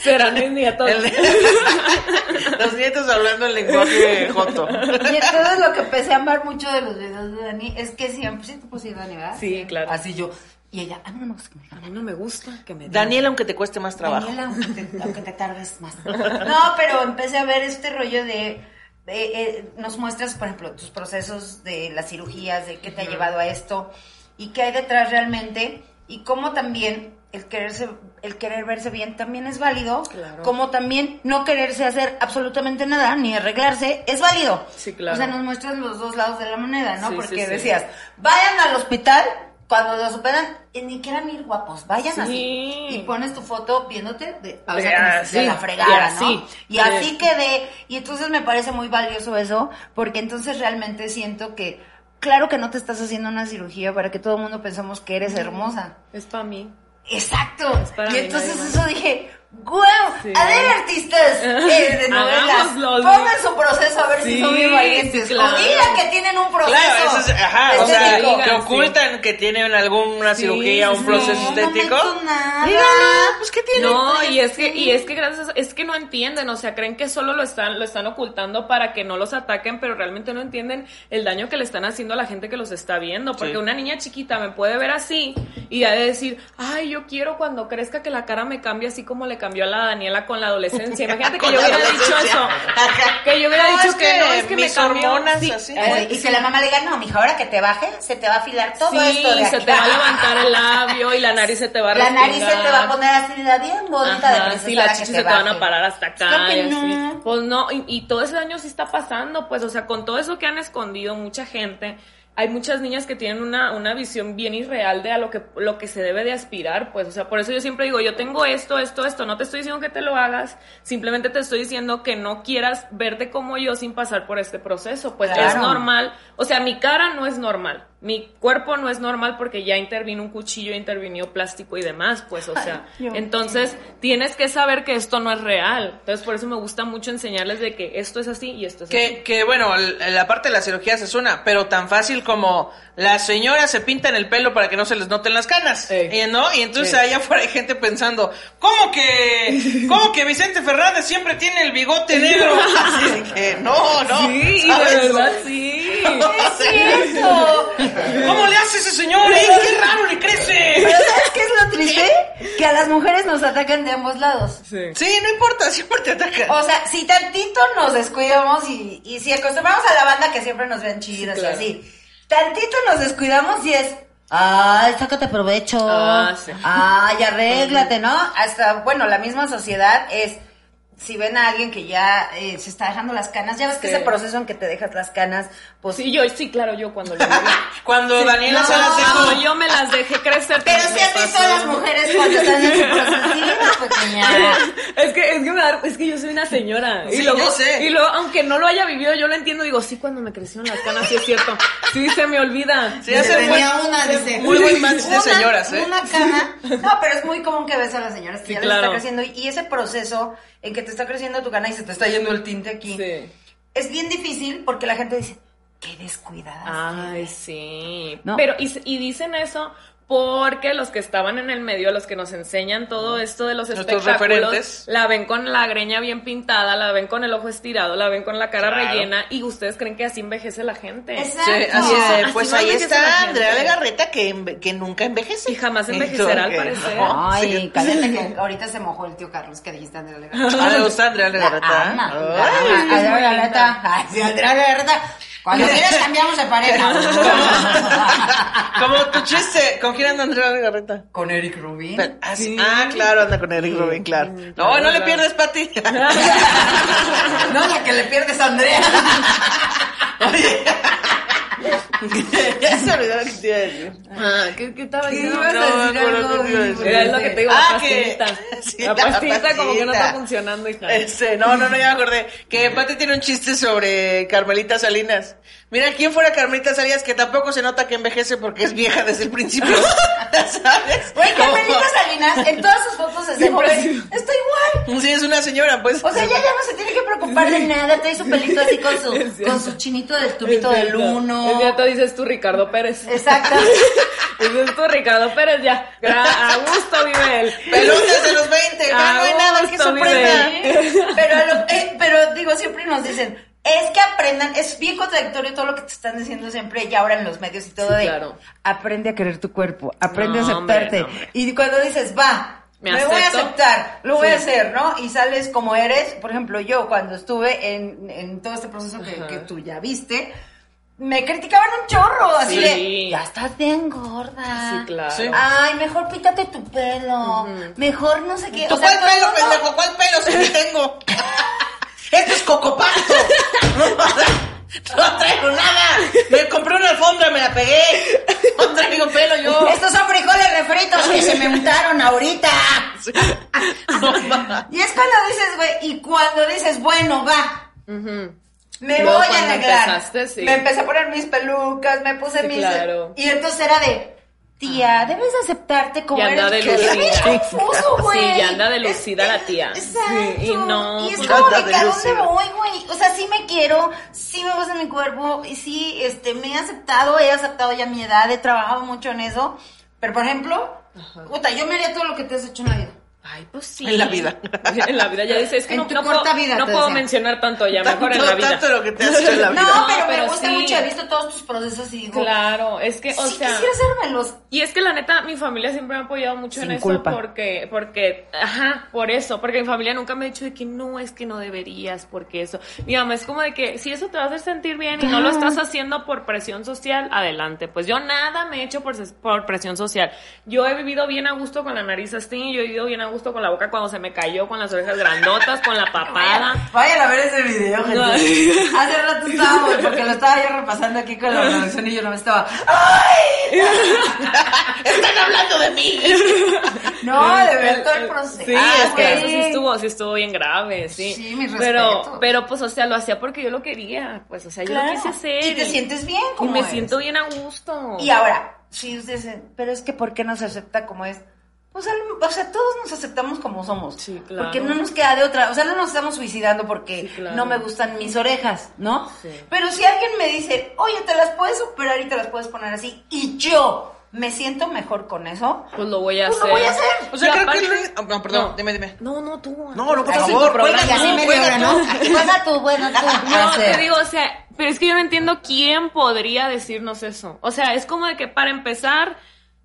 Serán mis nietos.
Los nietos hablando el lenguaje joto.
Y entonces lo que empecé a amar mucho de los videos de Dani es que siempre, sí te puse Dani, ¿verdad?
Sí, claro.
Así yo. Y ella, a mí no me gusta que me digan.
A mí no me gusta que me digan.
Daniel, aunque te cueste más trabajo.
Daniela, aunque te, aunque te tardes más. No, pero empecé a ver este rollo de... eh, eh, nos muestras, por ejemplo, tus procesos de las cirugías, de qué te ha
Ujú.
llevado a esto y qué hay detrás realmente y cómo también el quererse, el querer verse bien también es válido, como también no quererse hacer absolutamente nada ni arreglarse es válido.
Sí, claro.
O sea, nos muestran los dos lados de la moneda, ¿no?
Sí, sí,
Porque
sí.
decías, vayan al hospital cuando los operan y ni quieran ir guapos, vayan
Sí.
así y pones tu foto viéndote de o sea,
Ya,
como si te
sí,
la
ya,
fregara, ¿no?
sí.
y
Sí.
así quedé. Y entonces me parece muy valioso eso, porque entonces realmente siento que, claro que no te estás haciendo una cirugía para que todo el mundo pensamos que eres hermosa.
Es para mí.
Exacto.
para
y
mí,
entonces
nadie más.
eso dije, ¡guau! A ver, artistas eh, de novelas,
Hagámoslo, sí.
pongan su proceso a ver si
Sí,
son bien valientes.
sí, claro.
O digan que tienen un proceso.
Claro, eso es, ajá, o sea,
estético.
que ocultan que tienen alguna
Sí,
cirugía,
sí,
un proceso
sí.
estético.
nada.
Díganlo, pues qué tiene.
No, y es que, y es que gracias, a- es que no entienden, o sea, creen que solo lo están, lo están ocultando para que no los ataquen, pero realmente no entienden el daño que le están haciendo a la gente que los está viendo, porque
Sí.
una niña chiquita me puede ver así y ha de decir, ay, yo quiero cuando crezca que la cara me cambie así como le cambió a la Daniela con la adolescencia. Imagínate que
Con
yo
la
hubiera dicho
adolescencia.
eso, que yo hubiera
No,
dicho
es
que,
que
no, es que me
mis
cambió.
hormonas
Sí,
así.
Eh, y
sí.
que la mamá le diga, no, mijo, ahora que te baje, se te va a afilar todo
Sí,
esto de
se
aquí".
te va a levantar el labio y la nariz se te va a
La nariz se te va a
respingar.
poner así, la bien bonita de
Ajá,
princesa
sí, las
que
chichis
te
se te van
baje.
a parar hasta acá.
Claro que
y así.
no.
Pues no, y, y todo ese daño sí está pasando, pues, o sea, con todo eso que han escondido mucha gente, hay muchas niñas que tienen una, una visión bien irreal de a lo que, lo que se debe de aspirar, pues, o sea, por eso yo siempre digo, yo tengo esto, esto, esto, no te estoy diciendo que te lo hagas, simplemente te estoy diciendo que no quieras verte como yo sin pasar por este proceso, pues
Claro.
es normal, o sea, mi cara no es normal, mi cuerpo no es normal porque ya intervino un cuchillo, intervino plástico y demás, pues, o sea,
Ay, Dios
entonces tienes que saber que esto no es real, entonces por eso me gusta mucho enseñarles de que esto es así y esto es así.
Que, que, bueno, l- la parte de las cirugías es una, pero tan fácil como las señoras se pintan el pelo para que no se les noten las canas. Y, ¿No? Y entonces
Sí.
allá afuera hay gente pensando, ¿cómo que, cómo que Vicente Fernández siempre tiene el bigote negro? Así de que, no, no.
Sí, de verdad, Pues sí.
¿Qué
es eso?
¿Cómo le hace ese señor? eh? ¡Qué raro le crece!
Pero ¿sabes qué es lo triste? Que a las mujeres nos atacan de ambos lados.
Sí, no importa, siempre te atacan.
Oh,
O sea, si tantito nos descuidamos y, y si acostumbramos a la banda que siempre nos vean chidas
claro.
y así, tantito nos descuidamos y es, ay, sácate provecho,
Ah, sí.
ay, arréglate, ¿no? Hasta, bueno, la misma sociedad es, si ven a alguien que ya eh, se está dejando las canas, ya ves que
Sí.
ese proceso en que te dejas las canas, pues...
Sí, yo, sí, claro, yo cuando lo
Cuando Daniela
No,
se las dejó.
No, yo me las dejé crecer.
Pero
también
si has
me
visto
pasó.
a las mujeres cuando están en su proceso, pues, pequeña.
Es que, es que me da- es que yo soy una señora.
Sí,
y luego,
yo sé.
Y luego, aunque no lo haya vivido, yo lo entiendo. Digo, sí, cuando me crecieron las canas, sí es cierto. Sí, se me olvida.
Sí, hace
Tenía
buen-
una,
hace
dice.
Muy buen match de
una-
señoras, ¿eh?
Una cana. No, pero es muy común que ves a las señoras que
Sí,
ya
claro.
les está creciendo. Y ese proceso en que te está creciendo tu cana y se te está yendo el tinte aquí.
Sí.
Es bien difícil porque la gente dice, qué descuidada.
Ah.
Ay, sí.
No.
Pero, y, y dicen eso porque los que estaban en el medio, los que nos enseñan todo esto de los
Nuestros referentes.
espectáculos, la ven con la greña bien pintada, la ven con el ojo estirado, la ven con la cara
Claro.
rellena, y ustedes creen que así envejece la gente.
Exacto.
Sí, así
Ah,
es.
así
Pues
no
ahí
envejece la
está
gente.
Andrea Legarreta que, enve- que nunca envejece.
Y jamás envejecerá, al
Entonces,
parecer.
no,
Ay,
sí.
cállate que ahorita se mojó el tío Carlos que dijiste Andrea
Ah, le
Legarreta.
gusta Andrea Legarreta.
La ama, la ama.
Ay.
Andrea Legarreta. Ay, sí, Andrea Legarreta. Cuando quieras cambiamos de pareja.
Como tu chiste, ¿con quién anda Andrea Legarreta?
Con Eric Rubin.
Pero- Ah, sí. Ah, claro, anda con Eric Rubin, claro. No, no le
claro.
pierdes, Pati.
No, la que le pierdes a Andrea.
ya se olvidaron que te iba a decir.
Ah, ¿qué, qué estaba
Sí,
diciendo?
ibas a
no,
decir
no, no,
algo
no, no,
bien
no,
Mira, es lo que te digo,
Ah,
la
que-
pastillita.
sí,
la
la
pastillita como que no está
pastillita.
funcionando, hija.
Este, no, no, no, ya me acordé. Que Pati tiene un chiste sobre Carmelita Salinas. Mira, ¿quién fuera Carmelita Salinas? Que tampoco se nota que envejece porque es vieja desde el principio. ¿Sabes?
Güey,
Como-
Carmelita Salinas, en todas sus fotos es de
Siempre
joven.
sí.
Está igual.
Sí, es una señora, pues.
O sea, ella ya no se tiene que preocupar de nada. Trae su pelito así con su, con su chinito del tubito del
Es
uno.
cierto, dices tú, Ricardo Pérez.
Exacto.
Dices tú, Ricardo Pérez, ya. Gra- A gusto vive él.
Pelotas de los
Ah,
20, ya no
oh,
hay nada que
Augusto
sorprenda.
vive.
Pero, a lo- eh, pero digo, siempre nos dicen, es que aprendan, es bien contradictorio todo lo que te están diciendo siempre y ahora en los medios y todo
Sí,
de,
claro.
aprende a querer tu cuerpo, aprende
No,
a
hombre,
aceptarte.
no, hombre.
Y cuando dices, va,
Me
me, voy a
acepto.
aceptar, lo voy
Sí.
a hacer, ¿no? Y sales como eres, por ejemplo, yo cuando estuve en, en todo este proceso que,
Ajá.
que tú ya viste, me criticaban un chorro, así
Sí.
de, ya estás bien gorda.
Sí, claro.
Sí.
Ay, mejor pítate tu pelo. Mejor no sé qué.
¿Tú
o sea,
cuál
todo el
pelo,
mundo-
pendejo? ¿Cuál pelo si ni tengo? ¡Esto es cocopacto! ¡No traigo nada! Me compré una alfombra, me la pegué. No traigo pelo yo.
Estos son frijoles refritos que se me untaron ahorita.
No, ma.
Y es cuando dices, güey, y cuando dices, bueno, va. Me
Luego
voy a
cuando
arreglar.
empezaste, sí.
Me empecé a poner mis pelucas, me puse
Sí,
mis.
claro.
Y entonces era de, tía, debes aceptarte como
Y anda
eres.
de
Que es bien
lucida.
confuso, güey.
Sí, y anda de lucida la tía.
Exacto.
Sí, y no,
Y es
pues,
como
anda
de,
de
¿que a dónde
lucida.
voy, güey? O sea, sí me quiero, sí me gusta mi cuerpo, y sí, este, me he aceptado, he aceptado ya mi edad, he trabajado mucho en eso. Pero, por ejemplo, puta, yo me haría todo lo que te has hecho en la vida.
Ay, pues sí.
En la vida.
En la vida, ya dices, es que
En
no,
tu
no
corta
puedo,
vida,
no
te
puedo
decía.
mencionar tanto ya, mejor en la
Tanto,
vida.
tanto lo que te has hecho en la
No,
vida.
pero,
pero
me gusta
sí.
mucho, he visto todos tus procesos y digo,
Claro, es que, o
sí
sea.
quisiera hacérmelos.
Y es que la neta, mi familia siempre me ha apoyado mucho
Sin
en eso
culpa.
porque, porque, ajá, por eso, porque mi familia nunca me ha dicho de que no, es que no deberías, porque eso. Mi mamá es como de que si eso te va a hacer sentir bien y no lo estás haciendo por presión social, adelante. Pues yo nada me he hecho por, ses- por presión social. Yo he vivido bien a gusto con la nariz así, yo he vivido bien a gusto con la boca cuando se me cayó, con las orejas grandotas, con la papada.
Vayan a ver ese video, gente. Hace rato estábamos, porque lo estaba yo repasando aquí con la
Ah.
producción y yo no me estaba. ¡Ay!
¡Están hablando de mí!
No, de ver todo el proceso.
Sí,
Ah,
es que eso sí
güey.
estuvo, sí estuvo bien grave, sí.
Sí, mis respetos.
pero, pero pues, o sea, lo hacía porque yo lo quería, pues, o sea, yo
Claro.
lo quise hacer.
Y te sientes bien
Y
como
me
eres.
siento bien a gusto.
Y ahora, si ustedes dicen, pero es que ¿por qué no se acepta como es? Pues, al- o sea, todos nos aceptamos como somos. Sí,
claro.
Porque no nos queda de otra. O sea, no nos estamos suicidando porque
claro.
no me gustan mis orejas, ¿no? Pero si alguien me dice, oye, te las puedes superar y te las puedes poner así, y yo me siento mejor con eso,
Pues lo voy a
Pues lo
hacer.
voy a hacer.
O sea,
Y
creo
aparte-
que. Ah, No, perdón, dime, dime.
No, no, tú.
No, no, por
Así,
favor,
programa,
juega
y así
tú,
media
juega
hora,
tú.
¿no? Juega tú, bueno, tú.
No,
a hacer.
te digo, o sea, pero es que yo no entiendo quién podría decirnos eso. O sea, es como de que para empezar,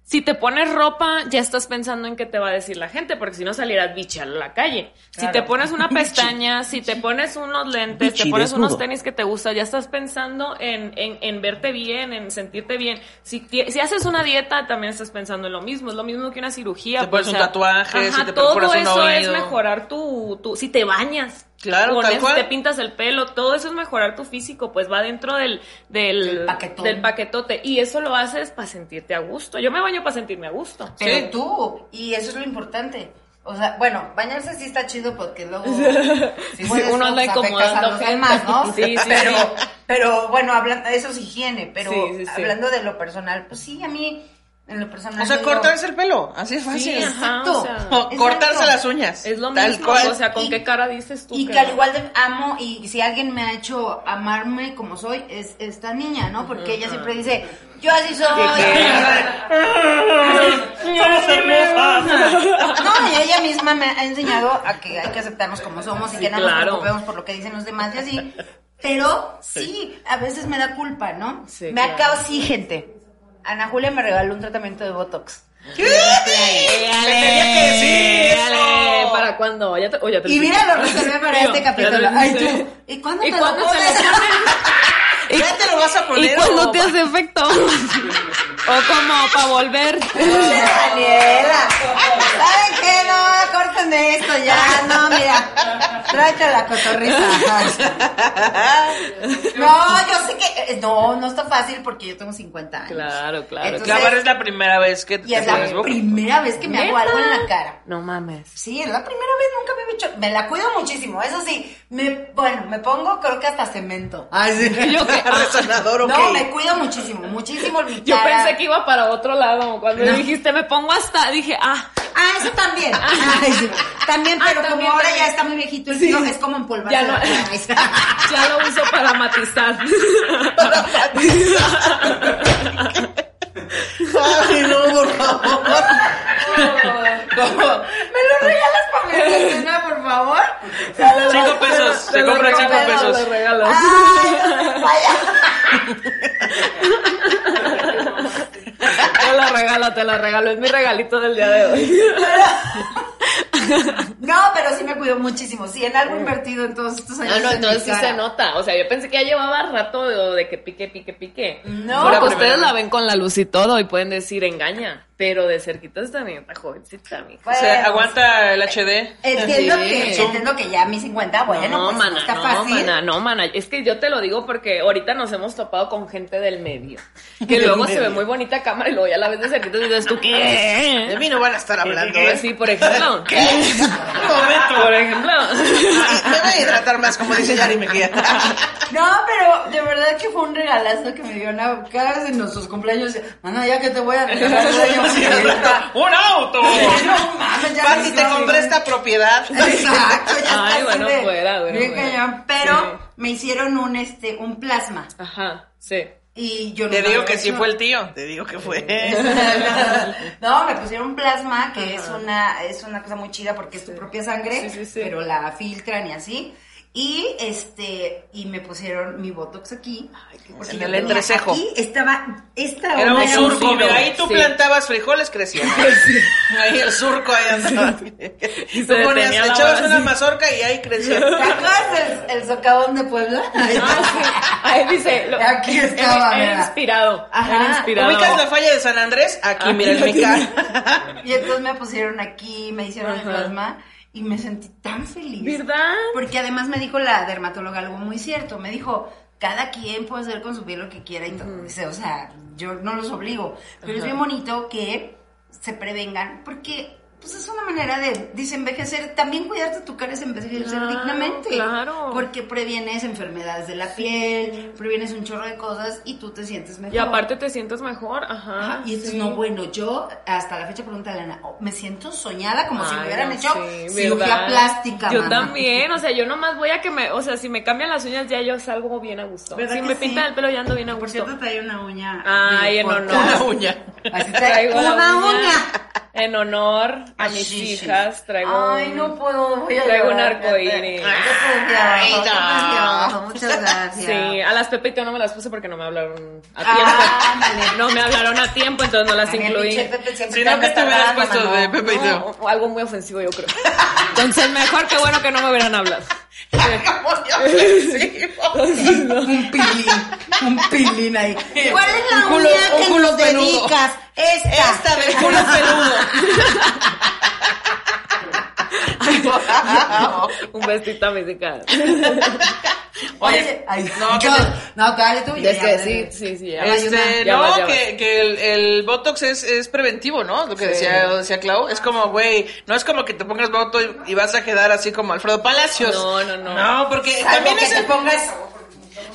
si te pones ropa, ya estás pensando en qué te va a decir la gente, porque si no salieras bicha a la calle. Si
Claro.
te pones una pestaña, si te pones unos lentes,
Bichi
te pones
desnudo.
unos tenis que te gustan, ya estás pensando en, en, en verte bien, en sentirte bien. Si, ti- si haces una dieta, también estás pensando en lo mismo. Es lo mismo que una cirugía. pues,
Te pones un tatuaje, si te
todo
perforas un
eso es
oído.
mejorar tu, tu... Si te bañas.
Claro,
con este
tal
eso,
cual.
te pintas el pelo, todo eso es mejorar tu físico, pues va dentro del, del,
paquetón.
del paquetote. Y eso lo haces para sentirte a gusto. Yo me baño para sentirme a gusto.
Pero tú, y eso es lo importante. O sea, bueno, bañarse sí está chido porque luego
Sí,
puedes,
uno
¿no?
anda
Pues, afectas
incomodando
a los
gente.
demás, ¿no?
Sí, sí,
pero,
sí.
pero bueno, hablando, eso es higiene, pero
Sí, sí, sí.
hablando de lo personal, pues sí, a mí en lo personal.
O sea,
yo-
cortarse el pelo, así es fácil.
Ah, Sí, ajá,
Exacto.
o sea,
O cortarse
Exacto.
las uñas.
es lo
tal
mismo.
cual.
O sea, ¿con
Y-
qué cara dices tú?
Y
que-
que al igual de amo, y si alguien me ha hecho amarme como soy, es esta niña, ¿no? Porque ella siempre dice, yo así soy. No, y ella misma me ha enseñado a que hay que aceptarnos como somos y que nada más
claro.
nos preocupemos por lo que dicen los demás y así. Pero sí, a veces me da culpa, ¿no?
Sí,
me
claro.
acabo así, gente. Ana Julia me regaló un tratamiento de Botox.
Dale, dale, ¿Para cuándo? Ya te- o ya te
Y
lo
mira, lo
dije.
reservé para
Digo,
este
ya te lo
capítulo. Ay,
dije.
tú. ¿Y cuándo
¿Y
te
cuándo
lo
se lo
pones?
Ya te lo vas a poner.
¿Y cuándo
o-
te hace efecto? o como para volver.
Daniela, ¿saben qué? No, corten de esto ya, no, mira, tráete la cotorriza. No, yo sé que, eh, no, no está fácil porque yo tengo 50 años.
Claro, claro.
Entonces-
Clavar es la primera vez que
Y es
te pones
la
boca.
primera vez que me hago algo en la cara.
No mames.
Sí, es la primera vez, nunca me he hecho, me la cuido muchísimo, eso sí, me, bueno, me pongo creo que hasta cemento. Ay, sí.
Yo que-
Resonador, ok.
No, me cuido muchísimo, muchísimo mi
Yo
cara.
pensé que iba para otro lado. Cuando
No.
dijiste, me pongo hasta, dije, ah,
Ah, eso también. Ay, sí. También,
Ah,
pero como
también,
ahora
también.
ya está muy viejito el tío, es como empolvarse.
Ya no-
la cara. Ay, sí.
ya lo uso para matizar.
Ay, no, por favor. ¿Cómo?
¿Me lo regalas para mi cena, por favor?
Cinco pesos. Te compran cinco pesos.
Ay, vaya.
Te lo regalo, te lo regalo. Es mi regalito del día de hoy.
No, pero sí me cuido muchísimo. Sí, en algo invertido en todos estos años.
No, no,
en
no,
mi
sí
cara.
se nota. O sea, yo pensé que ya llevaba rato de, de que pique, pique, pique. Porque
No. Fue la
pues ustedes
primera
la ven con la luz y todo y pueden decir engaña. Pero de cerquitas también está jovencita, mija.
O sea, aguanta el HD.
Entiendo,
Sí.
que, entiendo que ya a mis 50, bueno,
no,
pues no
mana,
está
no,
fácil.
mana, no, mana. Es que yo te lo digo porque ahorita nos hemos topado con gente del medio. Que luego se ve muy bonita a cámara y luego ya la ves de cerquita y dices, ¿tú
De
qué?
mí no van a estar hablando, ¿eh?
Sí, por ejemplo.
Un momento.
Por ejemplo.
Me voy a hidratar más, como dice Yari Mejía.
No, pero de verdad que fue un regalazo que me dio una cada vez en nuestros cumpleaños. Mano, ya que te voy a regalar un año, ya,
¡Un auto!
no mames, ya
Pati,
me
te
dio-
compré esta propiedad.
Exacto, ya
Ay,
está
bueno,
así de-
fuera, bueno,
bien
fuera.
cañón, pero
Sí.
me hicieron un este un plasma
Ajá, sí.
y yo
Te
nunca
digo
había
que sí
hecho.
fue el tío. Te digo que fue.
No, me pusieron un plasma que es una es una cosa muy chida porque es tu propia
Sí,
sangre,
sí, sí.
pero la filtran y así. Y este, y me pusieron mi botox aquí. porque
en
yo
el
tenía
entrecejo.
Aquí estaba esta
Era
onda
un surco,
giro.
mira, ahí tú
Sí.
plantabas frijoles, crecían. Ahí el surco, ahí andaba. Y tú
se
ponías,
detenía la
echabas
base.
una mazorca y ahí
¿Te
crecía.
acuerdas del el socavón de Puebla?
Ahí dice, lo-
Ah, Aquí estaba,
el- el
mira.
inspirado.
Ajá.
el inspirado.
¿Ubicas la falla de San Andrés? Aquí, mira, en mi cara.
Y entonces me pusieron aquí, me hicieron el
Ajá.
plasma y me sentí tan feliz.
¿Verdad?
Porque además me dijo la dermatóloga algo muy cierto. Me dijo, cada quien puede hacer con su piel lo que quiera y todo. Dice, O sea, yo no los obligo. Pero es
Ajá.
bien bonito que se prevengan porque... Pues es una manera de desenvejecer, también cuidarte tu cara es envejecer
Claro,
dignamente.
claro.
Porque previenes enfermedades de la piel, previenes un chorro de cosas y tú te sientes mejor.
Y aparte te sientes mejor, ajá.
Ajá, y entonces,
sí.
no, bueno, yo hasta la fecha pregunta a Elena, oh, me siento soñada como si
Ay,
me hubieran
no
hecho
sé,
cirugía
¿verdad?
plástica.
Yo
mana.
también, o sea, yo nomás voy a que me, o sea, si me cambian las uñas ya yo salgo bien a gusto.
¿Verdad
Si
que
me
sí?
pintan el pelo ya ando bien a
Por
gusto. Ah,
cierto, trae una uña.
Ay,
de
en honor.
podcast.
Una
uña.
Así traigo
la
una uña.
En honor a
Ay,
mis
sí, sí.
hijas traigo
Ay,
un-
no puedo, voy a
traigo un
llorar.
arcoíris.
Yo te odiaba, yo te odiaba. Muchas gracias.
Sí, a las Pepito no me las puse porque no me hablaron a tiempo.
Ah,
no me hablaron a tiempo, entonces no las
También
incluí.
pinche Pepe siempre Si no, anda ¿qué te
hubieras tardando, puesto mano? de Pepe y
No,
Teo?
o algo muy ofensivo, yo creo. Entonces, mejor que bueno que no me hubieran hablado.
un pilín, un pilín ahí. ¿Cuál es la
Un culo-
uña
un
que
culo
nos
peludo.
dedicas? Esta.
Esta del culo peludo. Este,
Un besito a mis hijas.
Oye, ay,
no,
no,
que
no, dale tú.
Es que sí,
dale.
sí, sí. ya.
Este,
Ya
no,
vas, ya vas.
que, que el, el Botox es, es preventivo, ¿no? Lo que
Sí.
decía, decía Clau. Es como, güey, no es como que te pongas Botox y vas a quedar así como Alfredo Palacios.
No, no, no.
No, porque
Salvo
también
que
es
te
el-
pongas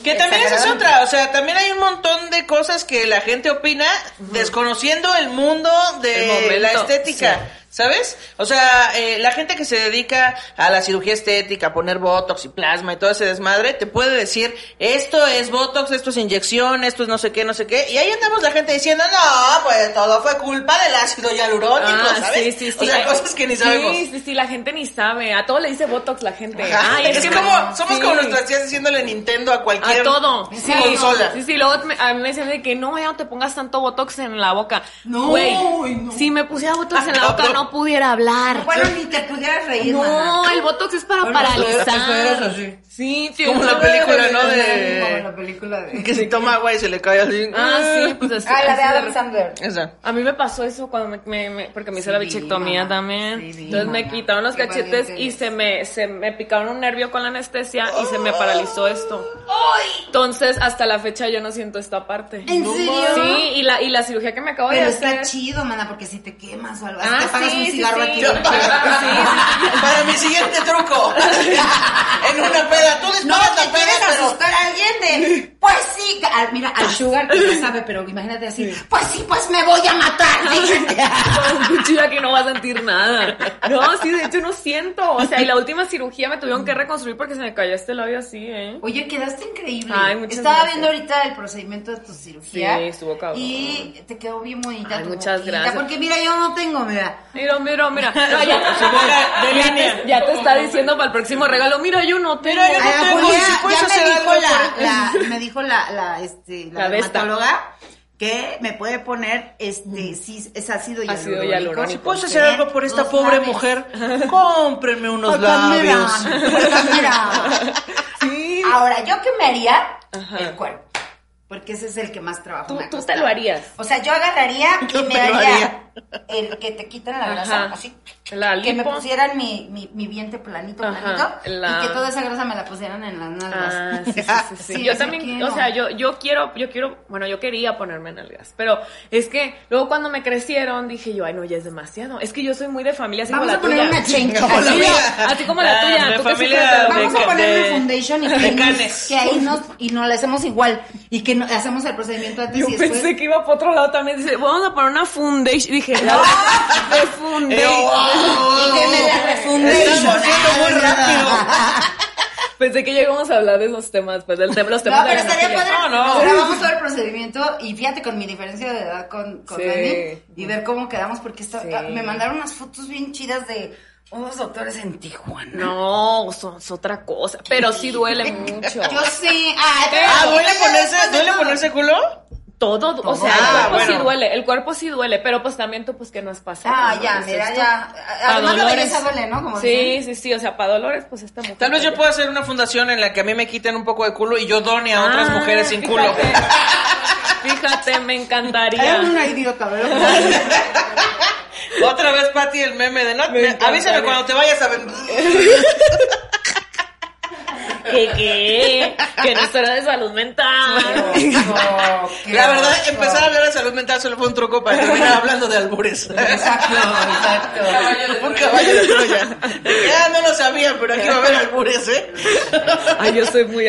Que también esa es otra, o sea, también hay un montón de cosas que la gente opina desconociendo el mundo
El
de
momento,
la estética.
sí.
¿Sabes? O sea, eh, la gente que se dedica a la cirugía estética, a poner botox y plasma y todo ese desmadre, te puede decir, esto es botox, esto es inyección, esto es no sé qué, no sé qué. Y ahí andamos la gente diciendo, no, pues todo fue culpa del ácido hialurónico,
Ah,
¿sabes?
sí, sí,
O
sí.
sea, cosas que ni sabemos.
Sí, sí, sí, la gente ni sabe. A todo le dice Botox la gente.
Ajá.
Ay,
es,
que
como,
no.
somos
Sí.
como nuestras tías diciéndole Nintendo a cualquier
A todo. Sí,
consola.
Sí, sí, luego me- a mí me decían de que no, ya no te pongas tanto Botox en la boca.
No,
Güey,
ay, no.
si me pusiera Botox en la
Ah,
boca
no.
no pudiera hablar.
Bueno, ni te pudieras reír,
No,
mana.
el Botox es para
Bueno,
paralizar.
eso eres así.
Sí, sí.
Como
sí.
la película, ¿no?
Como
De...
la película de...
Que si toma agua y se le cae así.
Ah, sí, pues así.
Ah, la de
así
Adam Sandler.
Esa.
A mí me pasó eso cuando me, me- me- porque me hice
Sí,
la bichectomía
mamá.
también.
Sí, vi,
Entonces me
mamá.
quitaron los
Qué
cachetes
valiente
y
eres.
se me, se me picaron un nervio con la anestesia y se me paralizó esto. Entonces hasta la fecha yo no siento esta parte.
¿En serio?
Sí, y la, y la cirugía que me acabo
Pero
de
está
hacer.
chido, mana, porque si te quemas o algo así,
Ah,
te apagas
sí,
un
sí,
cigarro
sí.
aquí.
Yo-
Para mi siguiente truco. en una peda. Tú
No,
disparas
te
la peda,
quieres
pero...
asustar a alguien de... Pues sí, ah, mira, al Sugar que no sabe, pero imagínate así. Pues sí, pues me voy a matar.
Con un cuchillo aquí no va a sentir nada. No, sí, de hecho no siento. O sea, y la última cirugía me tuvieron que reconstruir porque se me cayó este labio así, ¿eh?
Oye, quedaste increíble.
Ay, muchas
Estaba
gracias.
viendo ahorita el procedimiento de tu cirugía.
Sí, estuvo cabrón.
Y te quedó bien bonita.
Ay,
tu
muchas
boquita,
gracias.
Porque mira, yo no tengo, mira.
Mira, mira, mira. No, ya,
Su boca de
ya
línea.
te, ya te está diciendo para el próximo regalo. Mira, yo no tengo.
Mira, yo no
A la
tengo,
Julia,
si puedes
Ah, ya
hacer algo por-
me dijo la, la- me dijo la, la, este, la,
La de esta. Mm.
dermatóloga que me puede poner, este, sí, es ácido
Ácido
hialurónico.
hialurónico.
Si puedes hacer algo por esta
Los
pobre
labios.
mujer, cómprenme unos
Acá, mira,
labios.
acá, mira.
Sí.
Ahora, ¿yo qué me haría?
Ajá.
El cuerpo. Porque ese es el que más trabajo
Tú,
me ha
tú te
costado.
lo harías.
O sea, yo agarraría
Yo
y me
te lo haría.
haría el que te quitan la grasa,
Ajá.
así.
La
Que me
lipo.
pusieran mi, mi, mi vientre planito,
Ajá,
planito,
la-
y que toda esa grasa me la pusieran en las
Ah,
nalgas.
sí, sí, sí, sí. yo
sí
también,
quiero.
o sea, yo, yo quiero, yo quiero, bueno, yo quería ponerme nalgas, pero es que luego cuando me crecieron dije yo, ay no, ya es demasiado. Es que yo soy muy de familia así
Vamos
como
a
la
poner
tuya.
una chenca.
Como la
Así,
mía.
así como la
Ah,
tuya,
de
tú que
familia
sufres de lo
de-
Vamos
mismo.
a poner una
de-
foundation y
de
que,
canes.
que ahí nos, y no la hacemos igual y que no- hacemos el procedimiento antes
Yo
y después.
pensé que iba para otro lado también. Dice, vamos a poner una foundation. Dije, no, de
Eh,
foundation.
wow.
Y que me la
Estamos haciendo muy rápido.
Pensé que ya íbamos a hablar de esos temas, pues, del tema, los temas
No, pero
de la
estaría padre.
familia.
No, no.
Nos grabamos todo el procedimiento y fíjate con mi diferencia de edad con, con
Sí.
Dani y ver cómo quedamos porque esta- ah,
Sí.
me mandaron unas fotos bien chidas de Unos doctores en Tijuana.
No, son, es otra cosa. Pero sí duele mucho.
Yo sí. Ay, pero-
Ah, ¿duele ponerse,
pues,
¿duele ponerse culo?
Todo, o sea, el
Ah,
cuerpo
bueno.
sí duele, el cuerpo sí duele, pero pues también tú pues que no has pasado.
Ah,
¿no?
ya,
Pues,
mira,
esto-
ya.
Pa'
Además, la
dolores.
belleza duele, ¿no? Como
sí,
dicen.
sí, sí, o sea, para dolores, pues esta mujer.
Tal vez yo pueda hacer una fundación en la que a mí me quiten un poco de culo y yo done a
Ah.
otras mujeres sin culo.
Fíjate, me encantaría.
Eres una
idiota,
Otra vez, Pati, el meme de no. me- avísame cuando te vayas a ver.
¿Qué, qué? Que no será de salud mental.
La verdad, empezar a hablar de salud mental solo fue un truco para terminar hablando de albures. Exacto, exacto. Un caballo de Troya. Ya no lo sabía, pero aquí va a haber albures, ¿eh?
Ay, yo soy muy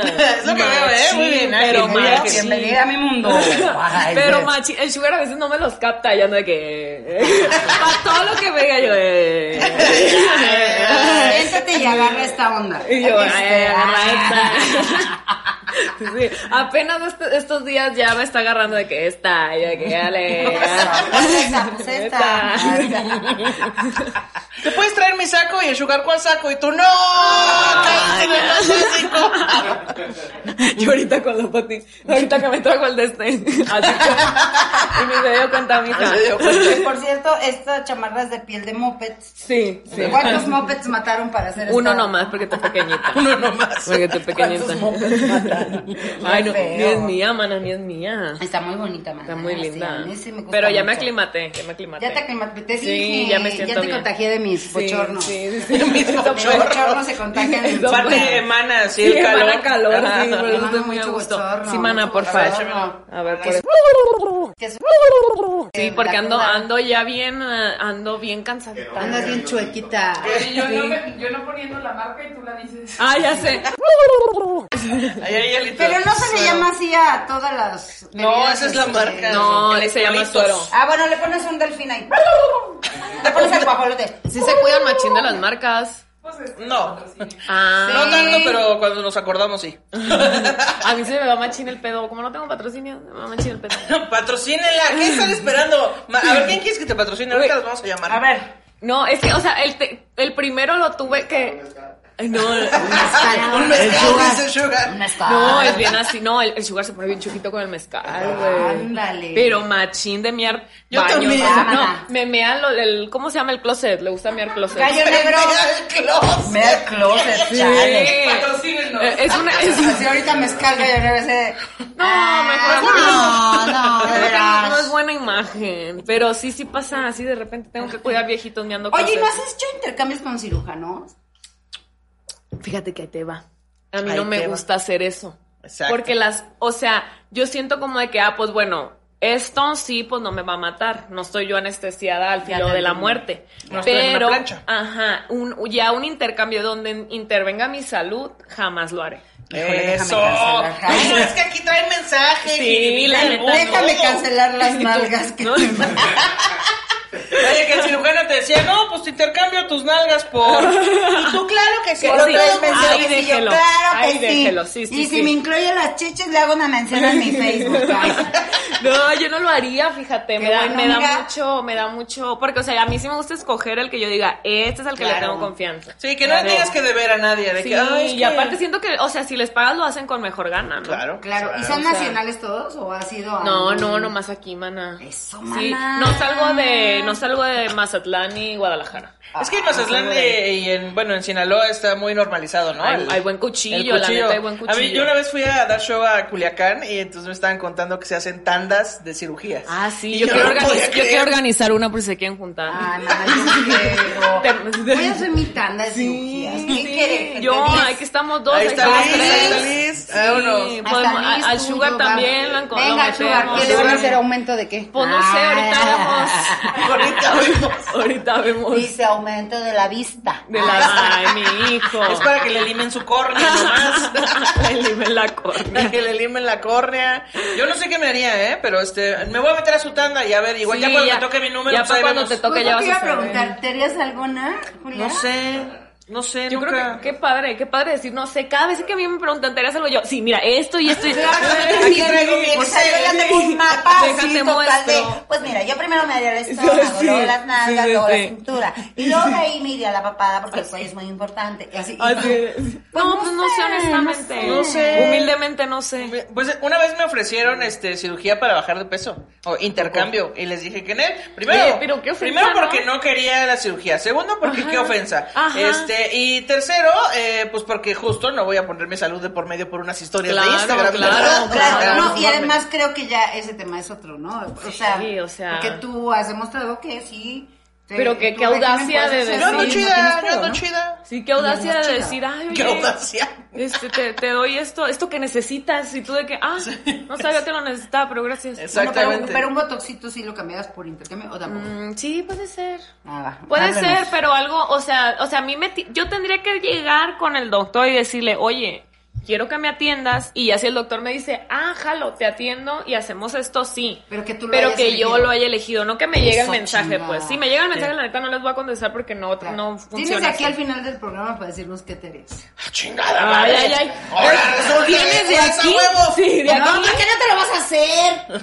Eso que veo, ¿eh? Muy bien, ¿eh?
pero
Bienvenida,
machi.
bienvenida a mi mundo. Ay,
pero
güey.
machi, el sugar a veces no me los capta, ya no de que... Para todo lo que venga yo... eh.
Siéntate y agarra esta onda.
Y yo,
Este,
ay, agarra
ah.
esta. Sí, apenas est- estos días ya me está agarrando de que esta, ya que ah". dale.
Esta, pues esta.
¿Te puedes traer mi saco y enjugar cuál saco? Y tú, ¡no! ¡Cállate, me vas a cinco!
Y ahorita con la pati, ahorita que me trajo el de este. Así que, y ni se dio cuenta, mija.
Por cierto, esta chamarra es de piel de moped.
Sí, sí.
¿Cuántos mopeds mataron para hacer
Uno
esta?
nomás, porque tú pequeñita. Uno nomás. Porque tú pequeñita. Ay, no,
Qué
ni
feo.
es mía, mana, ni es mía.
Está muy bonita, mana.
Está muy
Sí, a
linda.
mí sí me gusta
Pero ya me
mucho.
aclimaté, ya me aclimaté.
Ya te aclimataste,
Sí,
dije,
ya me siento
Ya te
bien.
contagié de mis
Sí,
bochornos.
sí, sí, sí.
De mis
Mis
bochornos.
bochornos.
se contagian. de mis
Eso,
bochornos.
mana.
emana, sí,
sí,
el calor.
emana calor,
Ajá.
sí, pero
Emana
estoy muy a
mucho
gusto.
bochorno,
Sí, mana,
mucho
por favor.
bochorno.
A ver,
Que es-
por
que es-
Sí,
La
porque ando,
cruda.
ando ya bien, eh, ando bien cansadita.
Andas bien chuequita. Sí.
poniendo la marca y tú la dices. Ah, ya sé.
Pero no se le llama así a todas las.
No,
bebidas,
esa es la
este,
marca. No,
de-
se llama suero.
Ah, bueno, le pones un delfín ahí. Le pones el guajolote.
Sí se cuidan machín de las marcas.
No.
Ah.
No tanto, pero cuando nos acordamos, sí.
A mí se me va machín el pedo. Como no tengo patrocinio, me va machín el pedo.
Patrocínenla. ¿Qué están esperando? Ma- A ver, ¿quién quieres que te patrocine? Ahorita los vamos a llamar. A ver.
No, es que, o sea, el, te- el primero lo tuve que... Ay, No,
Un mezcal, dice Sugar.
no, es bien así. No, el, el sugar se pone bien chiquito con el mezcal, güey.
Ándale.
Pero machín de miar
Yo
baños.
también.
No, me mea lo- el, ¿cómo se llama el closet? Le gusta mear closet.
Gallo negro. Me da closet,
Sí.
chale.
Patrocínenos. Eh, es una- es-
Así ahorita mezcal gallo negro ese.
No, mejor
"Ah, no, no, de
Creo que
veras.
no, no es buena imagen. Pero sí, sí pasa así. De repente tengo que cuidar viejitos me ando
Oye, ¿y ¿no
cosas.
has hecho intercambios con cirujanos?
Fíjate que ahí te va. A mí
Ahí
no me
te va.
gusta hacer eso.
Exacto.
Porque las, o sea, yo siento como de que, ah, pues bueno, esto sí, pues no me va a matar. No estoy yo anestesiada al filo
te
de la
entendí.
muerte.
No estoy en una
Pero,
plancha.
ajá, un, ya un intercambio donde intervenga mi salud, jamás lo haré.
Híjole, Eso. déjame cancelar. Ay, no, es que aquí trae mensajes.
Sí,
y-
la
y-
neta,
Déjame
no.
cancelar las nalgas. que-
Oye, que el cirujano te decía, no, pues te intercambio tus nalgas por... Y tú, claro que sí.
Que
por
sí,
tres mensajes.
ahí
Y yo,
déjelo,
claro que
ahí
sí.
déjelo, sí, sí,
Y si
sí.
me incluye las chiches, le hago una mención en mi Facebook.
No, yo no lo haría, fíjate, me da,
bueno,
me da
amiga.
mucho, me da mucho, porque o sea, a mí sí me gusta escoger el que yo diga, este es el que le
Claro.
tengo confianza.
Sí, que no le
Claro.
tengas que deber a nadie. De
Sí,
que, ay, es
y
que-
aparte siento que, o sea, si les pagas lo hacen con mejor gana, ¿no?
Claro.
Claro, ¿y son
Ah, O sea,
nacionales todos o ha sido
No,
algún-
no, nomás aquí, mana.
Eso,
Sí,
mana.
no salgo de, no salgo de Mazatlán ni Guadalajara.
Es que en Mazatlán eh, y en, bueno, en Sinaloa está muy normalizado, ¿no?
Ah, Hay-
El-
hay buen cuchillo,
el
la neta, hay buen
A mí,
cuchillo.
yo una vez fui a dar show a Culiacán y entonces me estaban contando que se hacen tandas de cirugías.
Ah, sí,
Y
yo,
yo
quiero,
no
organiz-
podía
yo
creer.
quiero organizar una por si se quieren juntar.
Ay, mana, yo
Te-
quiero. Voy a hacer mi tanda de cirugías. ¿Qué quieres?
Yo,
Feliz.
aquí estamos dos.
Ahí está
estamos
Liz,
tres.
ahí está Liz,
Sí,
ahí uno.
podemos- a-
Liz,
al
tú,
Sugar
yo,
también
va.
lo enco- lo
Venga, Sugar,
metemos.
¿qué le van a hacer? ¿Aumento de qué?
Pues no sé, ahorita
Ah.
Ahorita vemos.
Ahorita vemos.
Dice aumento de la vista.
De la, ay, mi hijo.
Es para que le limen su córnea nomás.
Le limen la
Para
córnea.
que le limen la córnea. Yo no sé qué me haría, ¿eh? Pero este, me voy a meter a su tanda y a ver, igual
Sí,
ya cuando
ya-
me toque mi número,
ya
pues
pa'
ahí
cuando
vemos.
te toque. Ok, ya
Justo
vas
te
a
iba a
saber.
preguntar, ¿te harías alguna, Julia?
No sé. No sé,
Yo creo
nunca-
que qué padre, qué padre decir, no sé, cada vez que a mí me preguntan, ¿te harías algo? Yo, sí, mira, esto y esto y esto.
Aquí traigo mi Excel, ya tengo un mapa así
Déjate
total de,
muestro.
pues mira, yo primero me haría el estómago,
Sí,
luego las nalgas,
sí,
luego
sí,
la
sí.
cintura. Y luego de ahí me iría la papada porque el cuello es muy importante. Y así, y-
Así es.
Pues
no, pues no sé, honestamente.
no sé.
Humildemente no sé.
Pues una vez me ofrecieron este cirugía para bajar de peso o intercambio y les dije que no. Primero,
Oye, pero qué ofensa,
primero porque
¿no?
¿no? quería la cirugía, segundo porque
Ajá.
qué ofensa.
Ajá.
Este y tercero eh, pues porque justo no voy a poner mi salud de por medio por unas historias
Claro,
de Instagram.
claro,
¿verdad?
Claro,
Ah,
no, y
mames.
además creo que ya ese tema es otro, ¿no? O sea,
Sí, o sea.
porque tú has demostrado que sí. te-
Pero que
tu
qué audacia
régimen
de
puedes
decir.
hacer, no tienes pedo, ¿no?
chida.
Sí, qué audacia
No,
de
no chida.
decir, ay, oye.
Qué audacia.
Este, te, te doy esto, esto que necesitas. Y tú de que, ah, no sabía que lo necesitaba, pero gracias.
Bueno, pero-
Exactamente.
pero un botoxito sí lo cambiabas por intercambio o tampoco.
Mm, sí, puede ser.
Nada.
Puede
Háblanos.
ser, pero algo, o sea, o sea, a mí me ti- yo tendría que llegar con el doctor y decirle, "Oye, quiero que me atiendas." Y así el doctor me dice, "Ah, jalo, te atiendo y hacemos esto sí."
Pero que tú lo
Pero
hayas
que
elegido.
yo lo haya elegido, no que me llegue el
Eso,
mensaje,
chingada.
pues. Si me llega el mensaje, la neta no les voy a contestar porque no no funciona.
Tienes
así.
aquí al final del programa para decirnos qué te eres.
chingada. madre.
Ay, ay, ay.
Ahora resulta
¿Tienes
que
de
fuerza,
aquí?
huevo.
Sí, de aquí.
No, ¿por qué no te lo vas a hacer?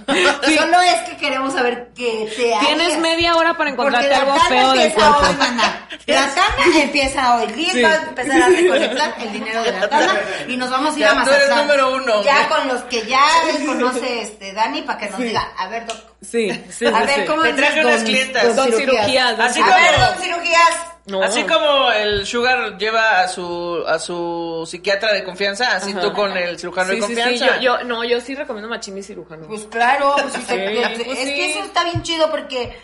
Sí.
Solo es que queremos saber qué te harías.
Tienes media hora para encontrarte
Porque
algo
la tanda
feo del
empieza
cuerpo.
hoy, maná. La tanda empieza hoy. Liz
Sí.
va a empezar a recolectar el dinero de la tanda y nos vamos a ir
Ya,
a
tú
Mazatlán.
eres número uno,
Ya
güey.
con los que ya conoce este Dani para que nos diga, a ver, doc.
Sí, sí.
a
sí,
ver,
sí.
¿cómo
Te
dices
traje unas clientas.
Don cirugías, don
Así
a ver,
como-
don cirugías.
No.
Así como el Sugar lleva a su a su psiquiatra de confianza, así
Ajá.
tú con el cirujano
Sí,
de
sí, sí,
confianza.
yo, yo- no, yo sí recomiendo machín y cirujano.
Pues claro, pues sí,
Sí,
se-
pues
es
sí.
que eso está bien chido porque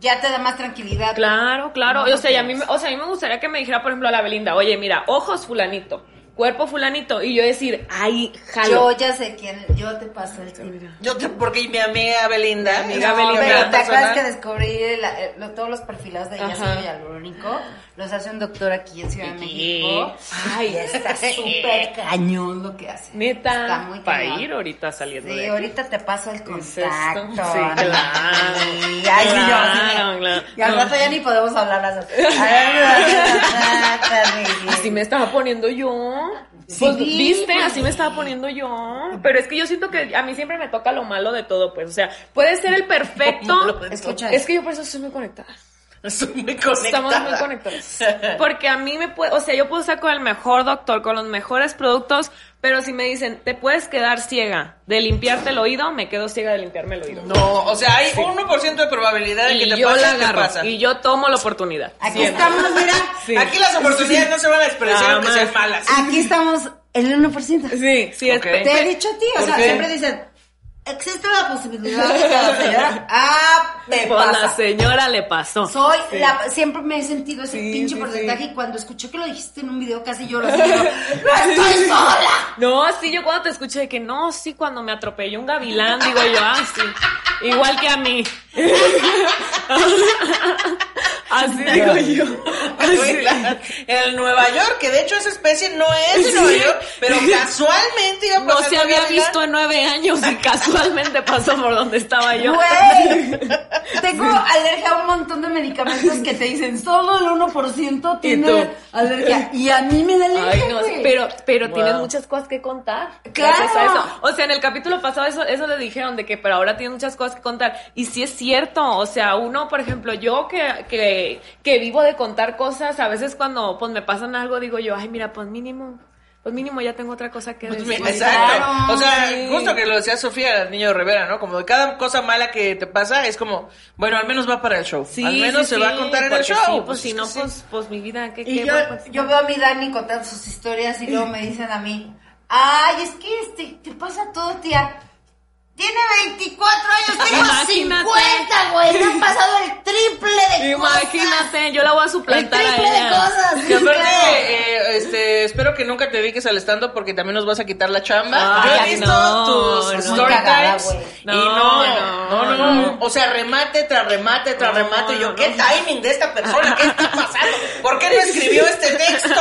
ya te da más tranquilidad.
Claro, claro.
No,
o, sea, y a mí,
pues.
me- o sea, a mí me gustaría que me dijera, por ejemplo, a la Belinda, oye, mira, ojos fulanito, cuerpo fulanito, y yo decir, ay,
Yo
jalo.
ya sé quién, yo te paso el tip.
Yo te, porque mi amiga Belinda,
amiga
No,
Belinda.
Pero te
personal.
acuerdas que descubrí la- eh, lo- todos los perfilados de
Ajá.
ácido hialurónico. Los hace un doctor aquí en Ciudad de
Aquí.
México. Ay, está súper cañón lo que hace. Está
Neta,
muy
para
cañón.
ir ahorita saliendo
Sí,
de aquí.
ahorita te paso el
¿Es esto?
contacto.
Sí,
amiga.
claro.
Y ahí sí yo así de-
Claro, claro.
Y al
No.
rato ya ni podemos hablar las dos. A ver,
Así me estaba poniendo yo.
Sí,
Pues, viste,
güey.
así me estaba poniendo yo. Pero es que yo siento que a mí siempre me toca lo malo de todo, pues. O sea, puede ser el perfecto.
Escucha
Es que yo por eso soy muy conectada.
Estoy muy
Estamos muy
conectada.
conectados. Porque a mí me puede, o sea, yo puedo estar con el mejor doctor, con los mejores productos, pero si me dicen, te puedes quedar ciega de limpiarte el oído, me quedo ciega de limpiarme el oído.
No, o sea, hay 1% de probabilidad de que
y
te
yo
pase,
la
te
agarro.
pasa.
Y yo tomo la oportunidad.
Aquí
Siempre.
estamos, mira.
Sí.
Aquí las oportunidades no se van a despreciar
Nada
aunque
más.
sean malas.
Aquí estamos el 1%.
Sí, sí,
Ok.
este-
Te he dicho a ti, o
¿Por
sea,
qué?
siempre dicen, existe la posibilidad de que la señora, ah, me
Por la
pasa.
señora le pasó.
Soy la, siempre me he sentido ese
Sí,
pinche
sí,
porcentaje
sí.
y cuando escuché que lo dijiste en un video casi lloro. así, digo, ¡No estoy sola!
No, sí, yo cuando te escuché de que no, sí, cuando me atropelló un gavilán, digo yo, ah, sí, igual que a mí. Así digo yo.
Güey, la- El Nueva York, que de hecho esa especie no es de
Sí.
Nueva York, pero casualmente iba a
No
pasar
se
por
había
Gavilán.
visto en nueve años y casualmente pasó por donde estaba yo.
Güey, tengo alergia a un montón de medicamentos que te dicen solo el 1%
tú?
tiene alergia. Y a mí me da
Ay,
alergia.
no, sí,
güey.
pero, pero
Wow.
tienes muchas cosas que contar.
Claro.
Gracias a eso. O sea, en el capítulo pasado eso, eso le dijeron de que, pero ahora tienes muchas cosas que contar. Y sí es cierto, o sea, uno, por ejemplo, yo que, que, que vivo de contar cosas, a veces cuando pues me pasan algo, digo yo, ay, mira, pues mínimo, pues mínimo ya tengo otra cosa que
Pues,
decir.
mira, Exacto.
Claro.
o sea,
Sí.
justo que lo decía Sofía, el niño Rivera, ¿no? Como de cada cosa mala que te pasa, es como, bueno, al menos va para el show.
Sí,
al menos
sí,
se va a
sí,
contar en el
porque
show.
Sí, pues si
es
no,
que sí.
pues, pues mi vida, ¿qué,
Y
qué pues,
yo,
voy a contar?
yo veo a mi Dani contando sus historias y luego me dicen a mí, ay, es que este, te pasa todo, tía. Tiene 24 años, tengo
Imagínate.
50, güey. Me han pasado el triple de cosas.
Imagínate, yo la voy a suplantar
El
a
triple de
ella.
cosas.
Y aparte,
Claro.
eh, este, espero que nunca te dediques al estando porque también nos vas a quitar la chamba.
Ay,
Yo he visto
no,
tus
no.
story
Muy cagada,
times
güey.
y
No,
no,
no,
no, no,
no.
O sea, remate tras remate tras
No,
remate. Y yo,
no,
¿qué
no.
timing de esta persona? ¿Qué está pasando? ¿Por qué no escribió este texto?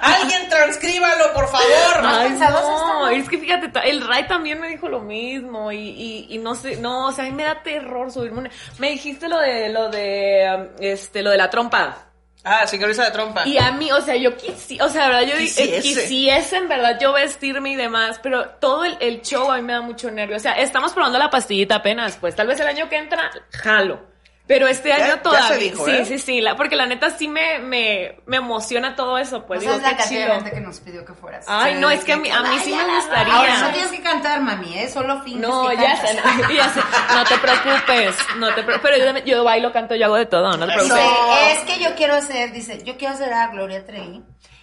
Alguien transcríbalo, por favor.
Ay,
pensabas
no,
esta, no?
es que fíjate, ta- el Ray también me dijo lo mismo y, y, y no sé, no, o sea, a mí me da terror subirme una- Me dijiste lo de, lo de, um, este, lo de la trompa.
Ah, sincroniza de trompa.
Y a mí, o sea, yo quisiera, o sea, la verdad, yo quisiese. Eh, quisiese en verdad yo vestirme y demás, pero todo el, el, show a mí me da mucho nervio. O sea, estamos probando la pastillita apenas, pues tal vez el año que entra, jalo. Pero este ya, año todavía. Dijo, sí, ¿eh? sí, sí, la, porque la neta sí me, me, me emociona todo eso, pues.
O sea, Digo, es la cantidad de gente que nos pidió que fueras.
Ay, sí, no, es que a mí, a mí sí me gustaría.
Ahora, no tienes que cantar, mami, ¿eh? Solo finges
No,
que
ya sé, no, ya sé. No te preocupes, no te preocupes. Pero yo, también, yo bailo, canto, yo hago de todo, no te preocupes.
Dice, es que yo quiero ser, dice, yo quiero ser a Gloria Trevi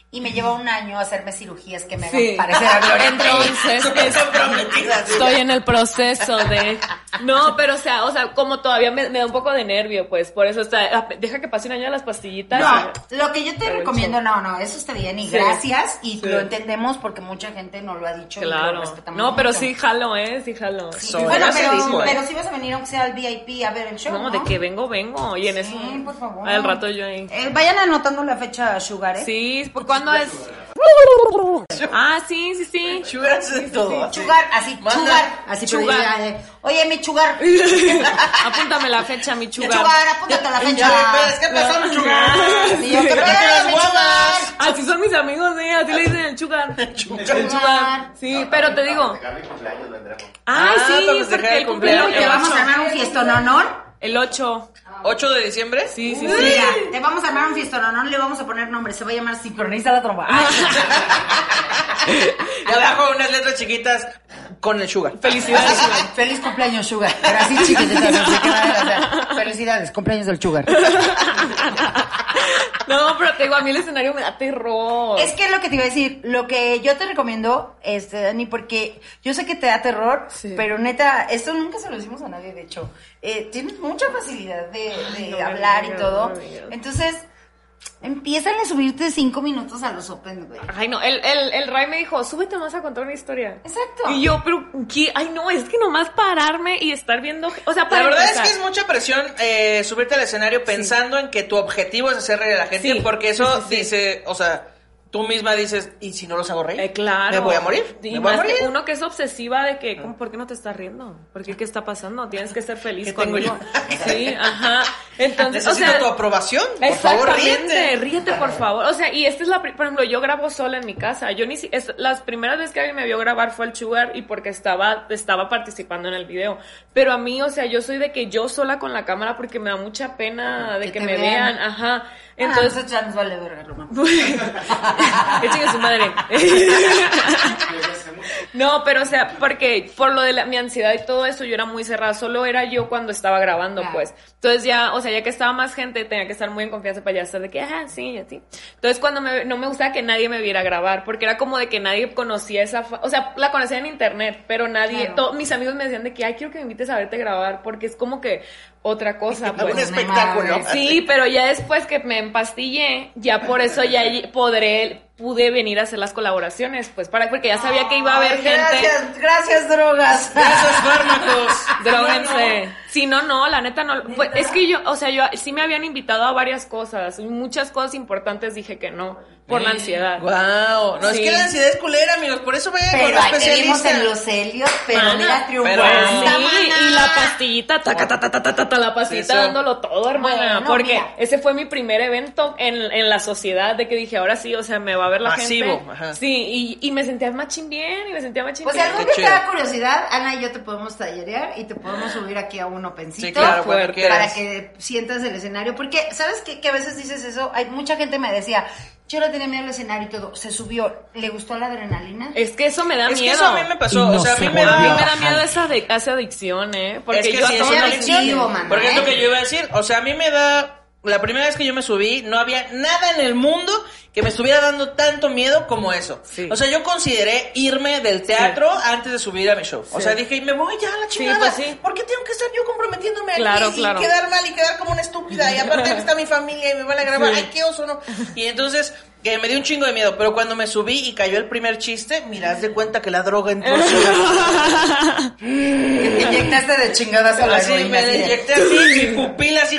y me lleva un año hacerme cirugías que me sí. hagan parecer a Gloria
Entonces, es, estoy en el proceso de... No, pero o sea, o sea como todavía me, me da un poco de nervio, pues, por eso, o sea, deja que pase un año de las pastillitas.
No, y, lo que yo te recomiendo, no, no, eso está bien, y sí. gracias, y sí. lo entendemos porque mucha gente no lo ha dicho claro. y lo respetamos
No, pero mucho. sí jalo, ¿eh? Sí jalo.
Bueno, pero, pero sí vas a venir aunque sea al VIP a ver el show, ¿no?
¿no? de que vengo, vengo, y en eso...
por favor.
Al rato yo ahí.
Eh, vayan anotando la fecha Sugar, ¿eh?
Sí, porque ¿Cuándo es? Ah, sí, sí, sí.
Chugar es sí, todo.
Sí, sí. Chugar, así, Manda. chugar. Así chugar. Decir, Oye, mi chugar.
Apúntame la fecha, mi chugar.
Mi chugar, apúntate la fecha.
¿Qué pasó, mi chugar?
Y yo, ¿qué pasó, mi chugar?
Así son mis amigos, ¿eh? Así le dicen el chugar. Este, Chugar. chugar. Sí, pero te digo. Ah, sí,
pues porque el cumpleaños. Te vamos a armar un fiestón honor.
El 8.
Ah, ¿8 de diciembre?
Sí, sí,
Uy, sí. Mira, te vamos a armar un fiestón, no, no le vamos a poner nombre, se va a llamar Sincroniza la Tromba.
Ah,
y abajo unas letras chiquitas con el Sugar.
Felicidades, Sugar.
Feliz cumpleaños, Sugar. Pero así chiquititas, así que nada, o sea, felicidades, cumpleaños del Sugar.
No, pero te digo, a mí el escenario me da terror.
Es que lo que te iba a decir, lo que yo te recomiendo, este, Dani, porque yo sé que te da terror, sí. pero neta, esto nunca se lo decimos a nadie, de hecho. Eh, tienes mucha facilidad de, de no, hablar no, no, y todo. Entonces, empiezan a subirte cinco minutos a los open, güey.
Ay, no, el, el, el Ray me dijo, súbete más a contar una historia.
Exacto.
Y yo, pero, ¿qué? Ay, no, es que nomás pararme y estar viendo, o sea,
para La verdad empezar. es que es mucha presión eh, subirte al escenario pensando sí. en que tu objetivo es hacer reír a la gente, sí. porque eso sí, dice, o sea tú misma dices, ¿y si no los hago reír?
Eh, claro.
Me voy a morir.
Y
¿Me voy a morir?
uno que es obsesiva de que, ¿cómo, ¿por qué no te estás riendo? ¿Por qué qué está pasando? Tienes que ser feliz conmigo. Sí, ajá. Entonces,
Necesito o sea, tu aprobación. Por favor, ríete.
Ríete, por favor. O sea, y esta es la, por ejemplo, yo grabo sola en mi casa. Yo ni es, las primeras veces que alguien me vio grabar fue el Sugar y porque estaba, estaba participando en el video. Pero a mí, o sea, yo soy de que yo sola con la cámara porque me da mucha pena de que, que me vean. vean. Ajá. Entonces,
ah, ya nos vale verga, Román.
Echen a su madre. no, pero o sea, porque por lo de la, mi ansiedad y todo eso, yo era muy cerrada. Solo era yo cuando estaba grabando, claro. pues. Entonces ya, o sea, ya que estaba más gente, tenía que estar muy en confianza para ya estar de que, ah, sí, así. Entonces cuando me, no me gustaba que nadie me viera grabar, porque era como de que nadie conocía esa, o sea, la conocía en internet, pero nadie, claro. todos mis amigos me decían de que, ay, quiero que me invites a verte grabar, porque es como que, otra cosa.
Pues. Un espectáculo.
Sí, pero ya después que me empastillé, ya por eso ya podré, pude venir a hacer las colaboraciones, pues, para, porque ya sabía que iba a haber Ay,
gracias,
gente.
Gracias, drogas.
Gracias, fármacos.
Droguense. No, no. Si sí, no, no, la neta no. Pues, es que yo, o sea, yo sí me habían invitado a varias cosas, muchas cosas importantes dije que no, por eh, la ansiedad.
Wow. No, sí. es que la ansiedad es culera, amigos, por eso vayan
pero
con un especialista.
en los helios, pero mana, mira, triunfó. Pero,
sí, y la pastillita, taca, ta, ta, ta, ta, la pastillita eso. dándolo todo, hermana, bueno, porque mira. ese fue mi primer evento en, en la sociedad de que dije, ahora sí, o sea, me va a ver la
Masivo,
gente. Ajá. Sí, y, y me sentía machín bien, y me sentía machín
pues
bien.
Pues algún día te da curiosidad, Ana y yo te podemos tallerear y te podemos subir aquí a un opencito.
Sí, claro,
para que sientas el escenario. Porque, ¿sabes qué? Que a veces dices eso, hay mucha gente me decía, yo le tenía miedo al escenario y todo. Se subió. ¿Le gustó la adrenalina?
Es que eso me da
es
miedo.
Que eso a mí me pasó. No o sea, a mí me da,
a mí me da miedo esa, de, esa adicción, ¿eh? Porque
es que
yo
si
es adicción. Adictivo,
man, Porque ¿eh? es lo que yo iba a decir. O sea, a mí me da. La primera vez que yo me subí, no había nada en el mundo que me estuviera dando tanto miedo como eso. Sí. O sea, yo consideré irme del teatro sí. antes de subir a mi show. Sí. O sea, dije, me voy ya a la chingada. Pues ¿Por qué tengo que estar yo comprometiéndome
claro,
aquí
claro.
y quedar mal y quedar como una estúpida? Y aparte está mi familia y me van a grabar. Ay, qué oso, ¿no? Y entonces, que me dio un chingo de miedo. Pero cuando me subí y cayó el primer chiste, mira, haz de cuenta que la droga entró.
que te inyectaste de chingadas a la
Así, me inyecté así, mi pupila así.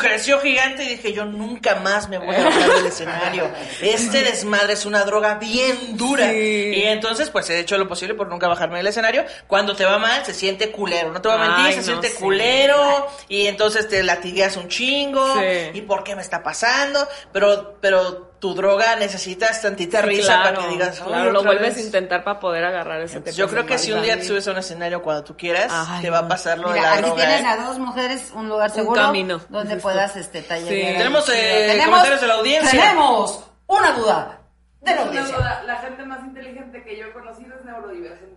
creció gigante y dije, yo nunca más me voy a bajar del escenario. Este desmadre es una droga bien dura. Y entonces, pues he hecho lo posible por nunca bajarme del escenario. Cuando te va mal, se siente culero. No te voy a mentir,
Ay,
se
no,
siente
sí.
culero. Y entonces te latigueas un chingo.
Sí.
¿Y por qué me está pasando? Pero, pero tu droga necesitas tantita
Sí,
risa
claro,
para que digas, "Ay,
claro, lo
otra
vuelves a
vez".
intentar para poder agarrar ese
Entonces,
tipo
Yo
de
creo que si un día te
maldad.
subes a un escenario cuando tú quieras, te va a pasar lo de
Mira,
la
aquí
droga.
tienes
¿eh?
a dos mujeres, un lugar seguro
camino.
donde puedas este taller.
Sí. Tenemos, eh, comentarios de la audiencia.
Tenemos una duda de la audiencia.
la gente más inteligente que yo he conocido es neurodivergente.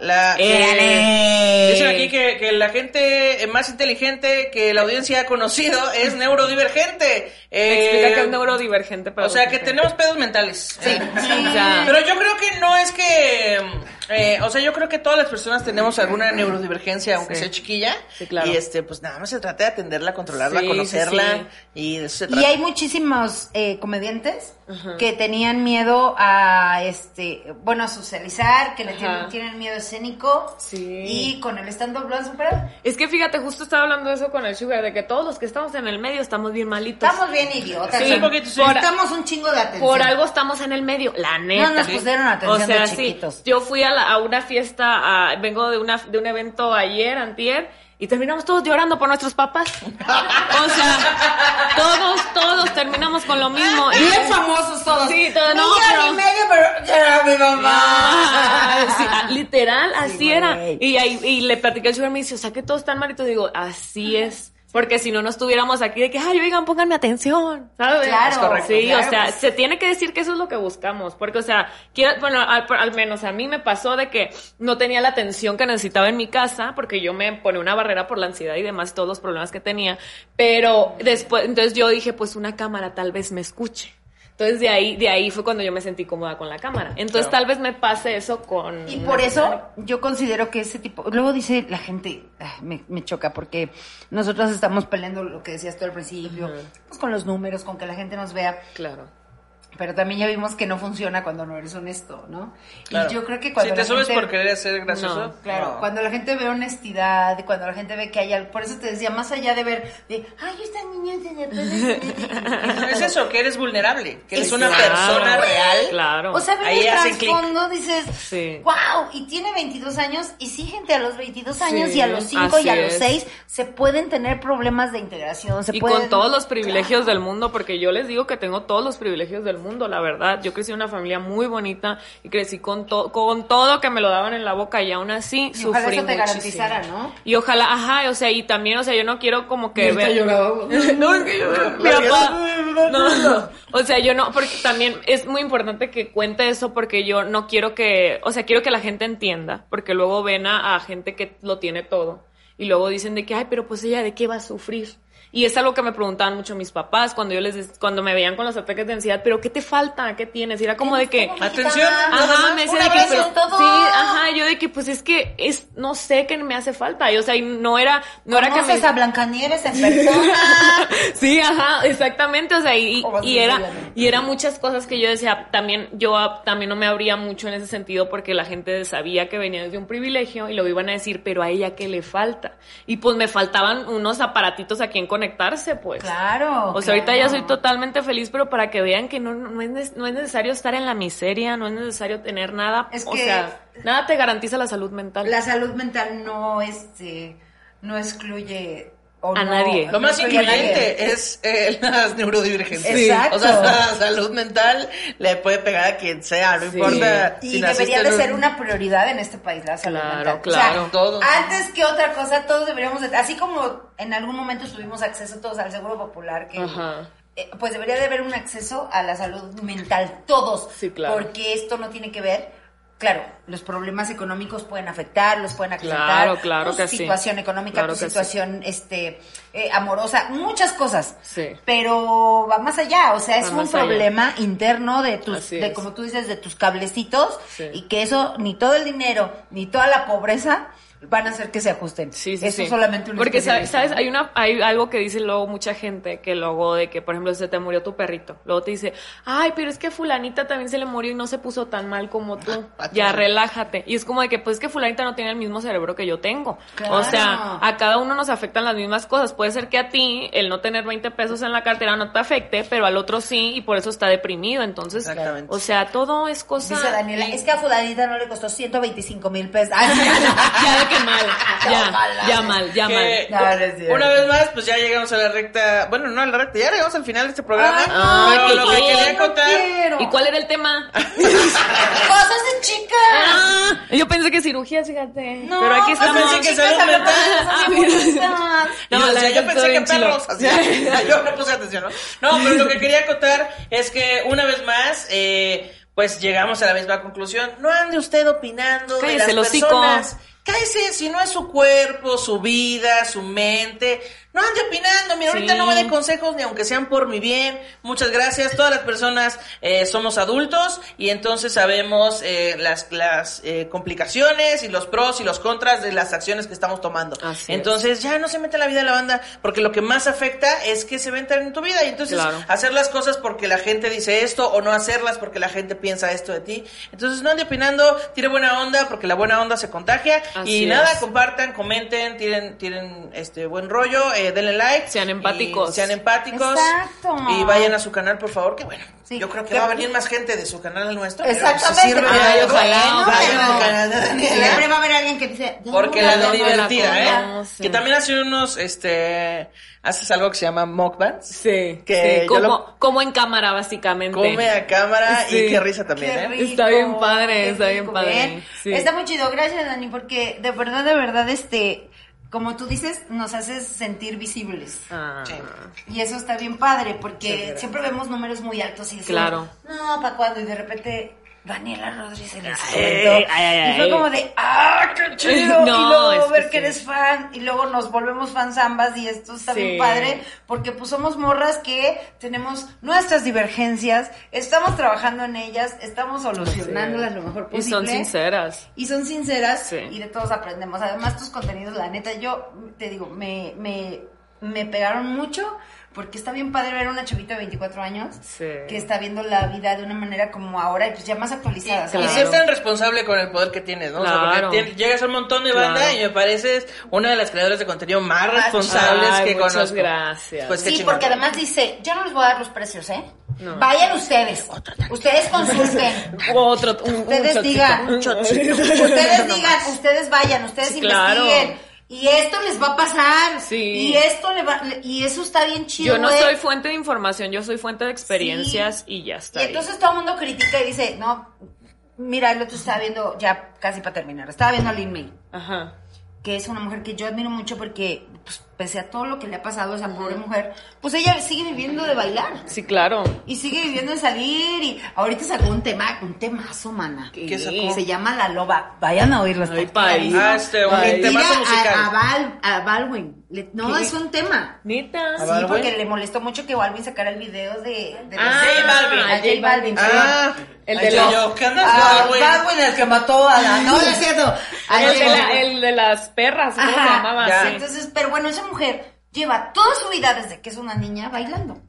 La,
Eh,
¡Éale!
dicen aquí que, que la gente más inteligente que la audiencia ha conocido es neurodivergente. Eh,
Explica que es neurodivergente para
O sea, que
usted. ¿eh?
tenemos pedos mentales. Eh,
O sea,
Pero yo creo que no es que... eh, o sea, yo creo que todas las personas tenemos alguna neurodivergencia, aunque sea chiquilla. Y este, pues nada más se trata de atenderla, controlarla,
Sí, sí,
conocerla.
sí.
Y de eso se
Y
trata.
hay muchísimos eh, comediantes que tenían miedo a este, bueno, a socializar, que le
Ajá.
tienen, tienen miedo escénico y con el stand-up lo han superado.
Es que fíjate, justo estaba hablando de eso con el Sugar, de que todos los que estamos en el medio estamos bien malitos.
Estamos bien idiotas.
Sí,
o sea,
un poquito, sí.
Necesitamos un chingo de atención.
Por algo estamos en el medio, la neta.
No nos pusieron atención
O sea,
de
sí,
chiquitos.
yo fui a, la- a una fiesta, a- vengo de, una, de un evento ayer, antier, y terminamos todos llorando por nuestros papás. O sea, todos, todos terminamos con lo mismo.
Ah, Bien famosos todos.
Sí, todos. No,
Millón
pero-
y medio, pero ya mi mamá.
Ah, sí, ah, literal, así era. Y, ahí, y le platiqué al sugar, me dice, o sea que todos están malitos. Digo, así es. Porque si no, no estuviéramos aquí de que, ay, oigan, pónganme atención, ¿sabes?
Claro, Es correcto.
Sí,
claro,
o sea,
pues.
se tiene que decir que eso es lo que buscamos. Porque, o sea, quiero, bueno, al, al menos a mí me pasó de que no tenía la atención que necesitaba en mi casa, porque yo me ponía una barrera por la ansiedad y demás, todos los problemas que tenía. Pero después, entonces yo dije, pues una cámara tal vez me escuche. Entonces de ahí, de ahí fue cuando yo me sentí cómoda con la cámara. Entonces
Claro.
tal vez me pase eso con.
Y por eso yo considero que ese tipo. Luego dice la gente, ah, me, me choca porque nosotros estamos peleando lo que decías tú al principio, pues con los números, con que la gente nos vea.
Claro.
Pero también ya vimos que no funciona cuando no eres honesto, ¿no?
Claro.
Y yo creo que cuando.
Si te
la
subes
gente-
por querer ser gracioso,
No, claro.
no.
Cuando la gente ve honestidad, cuando la gente ve que hay algo. Por eso te decía, más allá de ver, de, ay, estas niñas de
Es eso, que eres vulnerable, que eres una persona real.
Claro.
O sea, ver
Ahí
el
hacen clic.
trasfondo, dices,
Sí.
wow, y tiene 22 años, y sí, gente, a los 22 años
Sí,
y a los 5 y a
así
los
es.
6 se pueden tener problemas de integración, se
Y
pueden...
con todos los privilegios del mundo, porque yo les digo que tengo todos los privilegios del mundo, la verdad. Yo crecí en una familia muy bonita y crecí con, to- con todo que me lo daban en la boca y aún así
Y
sufrí
ojalá eso te
muchísimo.
garantizara, ¿no?
Y ojalá, ajá, o sea, y también, o sea, yo no quiero como que...
Ahorita
ver-
lloraba.
no, es que yo- mi papá- no, no. O sea, yo no, porque también es muy importante que cuente eso porque yo no quiero que, o sea, quiero que la gente entienda, porque luego ven a, a gente que lo tiene todo y luego dicen de que, ay, pero pues ella, ¿de qué va a sufrir? Y es algo que me preguntaban mucho mis papás cuando yo les des- cuando me veían con los ataques de ansiedad, pero ¿qué te falta? ¿Qué tienes? Y era como de que
Atención, nada
Ajá,
más.
me
Un
decía de que,
abrazo.
pero, sí, ajá, yo de que, pues es que es, no sé qué me hace falta, y, o sea, y no era, no era que me...
¿Conoces a Blancanieves en persona?
Sí, ajá, exactamente, o sea, y,
O vas
y
a
era,
estudiar.
y era muchas cosas que yo decía, también yo ah, también no me abría mucho en ese sentido porque la gente sabía que venía desde un privilegio y lo iban a decir, pero a ella qué le falta. Y pues me faltaban unos aparatitos a quien conectarse, pues.
Claro.
O sea, ahorita
claro.
ya soy totalmente feliz, pero para que vean que no, no, es, ne- no es necesario estar en la miseria, no es necesario tener nada,
Es
o
que-
sea, nada te garantiza la salud mental.
La salud mental no, este, no excluye... o
A
no-
nadie.
no
Lo más
excluye a nadie.
incluyente es eh, las neurodivergencias.
Sí. Exacto.
O sea, la salud mental le puede pegar a quien sea, no importa.
Y
si naciste
debería de
en un-
ser una prioridad en este país la salud
Claro,
mental.
claro.
O sea,
Todos.
Antes que otra cosa, todos deberíamos, de- así como en algún momento tuvimos acceso todos al seguro popular, que
Ajá.
eh, pues debería de haber un acceso a la salud mental todos,
Sí, claro.
porque esto no tiene que ver. Claro, los problemas económicos pueden afectar, los pueden acrecentar.
Claro, claro
tu
que sí.
situación económica,
Claro
tu
que sí.
situación este eh, amorosa, muchas cosas.
Sí.
Pero va más allá, o sea, es
Va
un
más allá.
problema interno de tus,
Así
de
es.
como tú dices, de tus cablecitos
Sí.
y que eso, ni todo el dinero, ni toda la pobreza van a hacer que se ajusten.
Sí, sí,
Eso
sí.
solamente un
Porque, sa-
especialista,
¿sabes?
¿no?
Hay, una, hay algo que dice luego mucha gente que luego de que, por ejemplo, se te murió tu perrito. Luego te dice, ay, pero es que fulanita también se le murió y no se puso tan mal como tú. ya, relájate. Y es como de que, pues es que fulanita no tiene el mismo cerebro que yo tengo. O sea,
Claro.
a cada uno nos afectan las mismas cosas. Puede ser que a ti el no tener 20 pesos en la cartera no te afecte, pero al otro sí y por eso está deprimido. Entonces, o sea, todo es cosa...
Dice Daniela, es que a fulanita no le costó 125 mil pesos. Ay,
ya de que mal. Ya, ya mal, ya
Que,
mal.
una vez más, pues ya llegamos a la recta. Bueno, no a la recta, ya llegamos al final de este programa.
Ay,
pero
qué
lo que
quiero,
quería contar.
¿Y cuál era el tema?
¡Cosas de chicas!
Ah, yo pensé que cirugía, fíjate.
No,
pero aquí
pues
estamos.
pensé que salud mental.
Ah, mira.
No,
No,
o
la
sea, yo
neta
pensé que
estoy en
perros.
chilo.
así. Ay, yo no puse atención, ¿no? No, pero lo que quería contar es que una vez más, eh, pues llegamos a la misma conclusión. No ande usted opinando de las
Cállese el hocico.
personas. Cállese, si no es su cuerpo, su vida, su mente. No ande opinando, mira, ahorita
Sí.
no me dé consejos ni aunque sean por mi bien. Muchas gracias. Todas las personas eh, somos adultos y entonces sabemos eh, las, las eh, complicaciones y los pros y los contras de las acciones que estamos tomando.
Así es.
entonces ya no se meta en la vida de la banda porque lo que más afecta es que se va a entrar en tu vida. Y entonces
Claro.
hacer las cosas porque la gente dice esto o no hacerlas porque la gente piensa esto de ti. Entonces no ande opinando, tire buena onda porque la buena onda se contagia.
Así
y nada,
es.
compartan, comenten, tiren, tiren este buen rollo, eh, denle like. Sean
empáticos.
Sean empáticos.
Exacto.
Y vayan a su canal, por favor, que bueno.
Sí.
Yo creo que
Pero-
va a venir más gente de su canal al nuestro. pero
Exactamente.
si sirve de
Ay,
algo,
ojalá,
vayan
ojalá.
al canal de Daniela.
Siempre va a haber alguien que dice... "No,
Porque
no,
la
no,
de
no,
divertida,
la
¿eh?
conozco".
Que también hace unos, este, haces algo que se llama mukbangs.
Sí.
Que
Sí,
yo
como,
lo
como en cámara, básicamente.
come a cámara
Sí.
y qué risa también,
Qué
¿eh?
rico,
Está bien padre,
qué
está bien
rico,
padre,
¿ven?
sí.
Está muy chido, gracias Dani, porque de verdad, de verdad, este, como tú dices, nos haces sentir visibles.
Ah,
Sí. Y eso está bien padre, porque siempre vemos números muy altos y decimos,
Claro.
no, ¿para cuándo? Y de repente, Daniela Rodríguez se les
Ay,
soltó.
ay, ay,
Y fue
ay.
como de, ¡ah, qué chido!
No,
y luego
es que
ver que,
sí.
eres fan, y luego nos volvemos fans ambas, y esto está
Sí.
bien padre, porque pues somos morras que tenemos nuestras divergencias, estamos trabajando en ellas, estamos solucionándolas lo mejor
Y
posible.
son sinceras.
Y son sinceras
Sí.
y de todos aprendemos. Además, tus contenidos, la neta, yo te digo, me, me, me pegaron mucho porque está bien padre ver a una chavita de 24 años
Sí.
que está viendo la vida de una manera como ahora y pues ya más actualizada.
Y
¿sabes?
ser tan responsable con el poder que tienes, ¿no? O sea,
Claro.
porque tien- llegas a un montón de banda
Claro.
y me pareces una de las creadoras de contenido más
Más
responsables
Ay,
que
muchas
conozco.
gracias.
Pues qué
sí,
chingón.
porque además dice, yo no les voy a dar los precios, ¿eh? Vayan ustedes, ustedes consulten,
Otro, un, un
ustedes
shotcito.
digan,
Un shotcito.
ustedes digan, ustedes vayan, ustedes
Sí, claro.
investiguen. Y esto les va a pasar.
Sí.
Y esto le va, le- y eso está bien chido.
Yo no
güey.
soy fuente de información, yo soy fuente de experiencias y ya está.
Y entonces todo el mundo critica y dice, no, mira, el otro estaba viendo, ya casi para terminar, estaba viendo a Lin May,
ahí. Ajá.
que es una mujer que yo admiro mucho porque, pues, pese a todo lo que le ha pasado a esa pobre mujer, pues ella sigue viviendo de bailar.
Sí, claro.
Y sigue viviendo de salir y ahorita sacó un tema, un temazo, mana.
¿Qué sacó?
Se llama La Loba. Vayan a oírlo.
Ay,
está
país.
padrísimo.
Ah, este, un
Le tira
temazo
a-
musical.
A, Bal- a Baldwin. Le- no,
¿Qué?
es un tema.
Neta.
Sí,
Balvin?
porque le molestó mucho que Balvin sacara el video de... de los-
Ah,
J Balvin.
A J Balvin.
Ah,
sí.
El
ay,
de
yo-
los-
yo, ¿Qué andas,
Ah,
Baldwin?
Baldwin, el que mató a la... No, no es cierto. A
El de,
J.
la- el de las perras, ¿cómo se
Ajá,
llamaba?
ya.
Sí.
Entonces, pero bueno, esa mujer lleva toda su vida desde que es una niña bailando.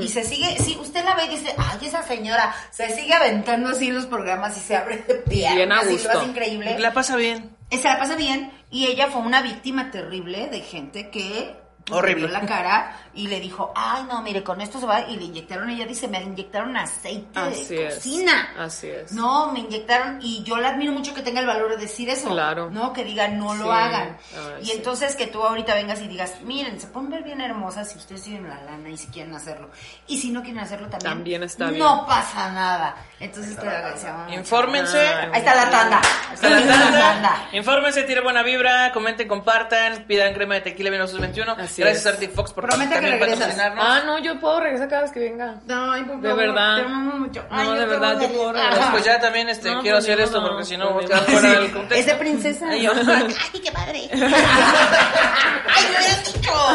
Y se sigue, sí, usted la ve y dice, ay, esa señora se sigue aventando así en los programas y se abre de piernas
Bien a
y lo
gusto.
hace increíble.
La pasa bien.
Eh, Se la pasa bien y ella fue una víctima terrible de gente que pues,
Horrible.
le vio la cara y le dijo, ay, no, mire, con esto se va y le inyectaron, ella dice, me inyectaron aceite
Así
de
es.
cocina.
Así es.
No, me inyectaron y yo la admiro mucho que tenga el valor de decir eso.
Claro.
No, que diga no
Sí,
lo hagan.
ay,
y
sí.
entonces que tú ahorita vengas y digas, miren, se pueden ver bien hermosas si ustedes tienen la lana y si quieren hacerlo. Y si no quieren hacerlo también.
También está bien.
No pasa nada. Entonces te lo agradecemos. mucho.
Infórmense.
Ahí está la tanda. Ahí
Hasta
está la tanda.
Infórmense, tiren buena vibra, comenten, compartan, pidan crema de tequila 1921.
Así
Gracias
es.
Arctic Fox por
Promete que
también
regresas.
patrocinarnos.
Ah, no, yo puedo regresar cada vez que venga.
Ay, por favor,
De verdad.
Te amamos mucho. Ay,
No, de
te amo,
verdad, yo
Daniela.
puedo
Pues,
regresar.
pues ya también este,
No,
quiero
pues
hacer
no,
esto
no,
porque si no
pues
voy a
no.
quedar fuera del contexto.
Es de princesa.
Ay, yo.
Ay, qué padre. Ay, me hubieras dicho.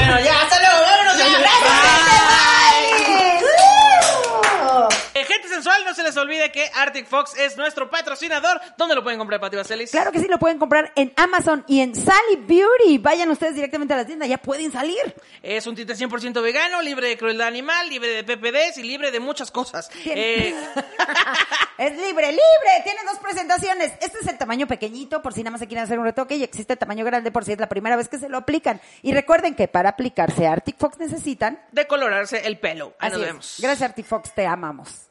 Bueno, ya, hasta luego, vámonos. ya.
Bye.
Eh, gente sensual, no se les olvide que Arte Magic Fox es nuestro patrocinador. ¿Dónde lo pueden comprar, Pati Vaselis?
Claro que sí, lo pueden comprar en Amazon y en Sally Beauty. Vayan ustedes directamente a la tienda, ya pueden salir.
Es un tinte 100% vegano, libre de crueldad animal, libre de PPDs y libre de muchas cosas. Eh,
Es libre, libre. Tiene dos presentaciones. Este es el tamaño pequeñito por si nada más se quieren hacer un retoque y existe el tamaño grande por si es la primera vez que se lo aplican. Y recuerden que para aplicarse a Arctic Fox necesitan...
de colorarse el pelo. Ahí
Así
nos
es.
vemos.
Gracias Arctic Fox, te amamos.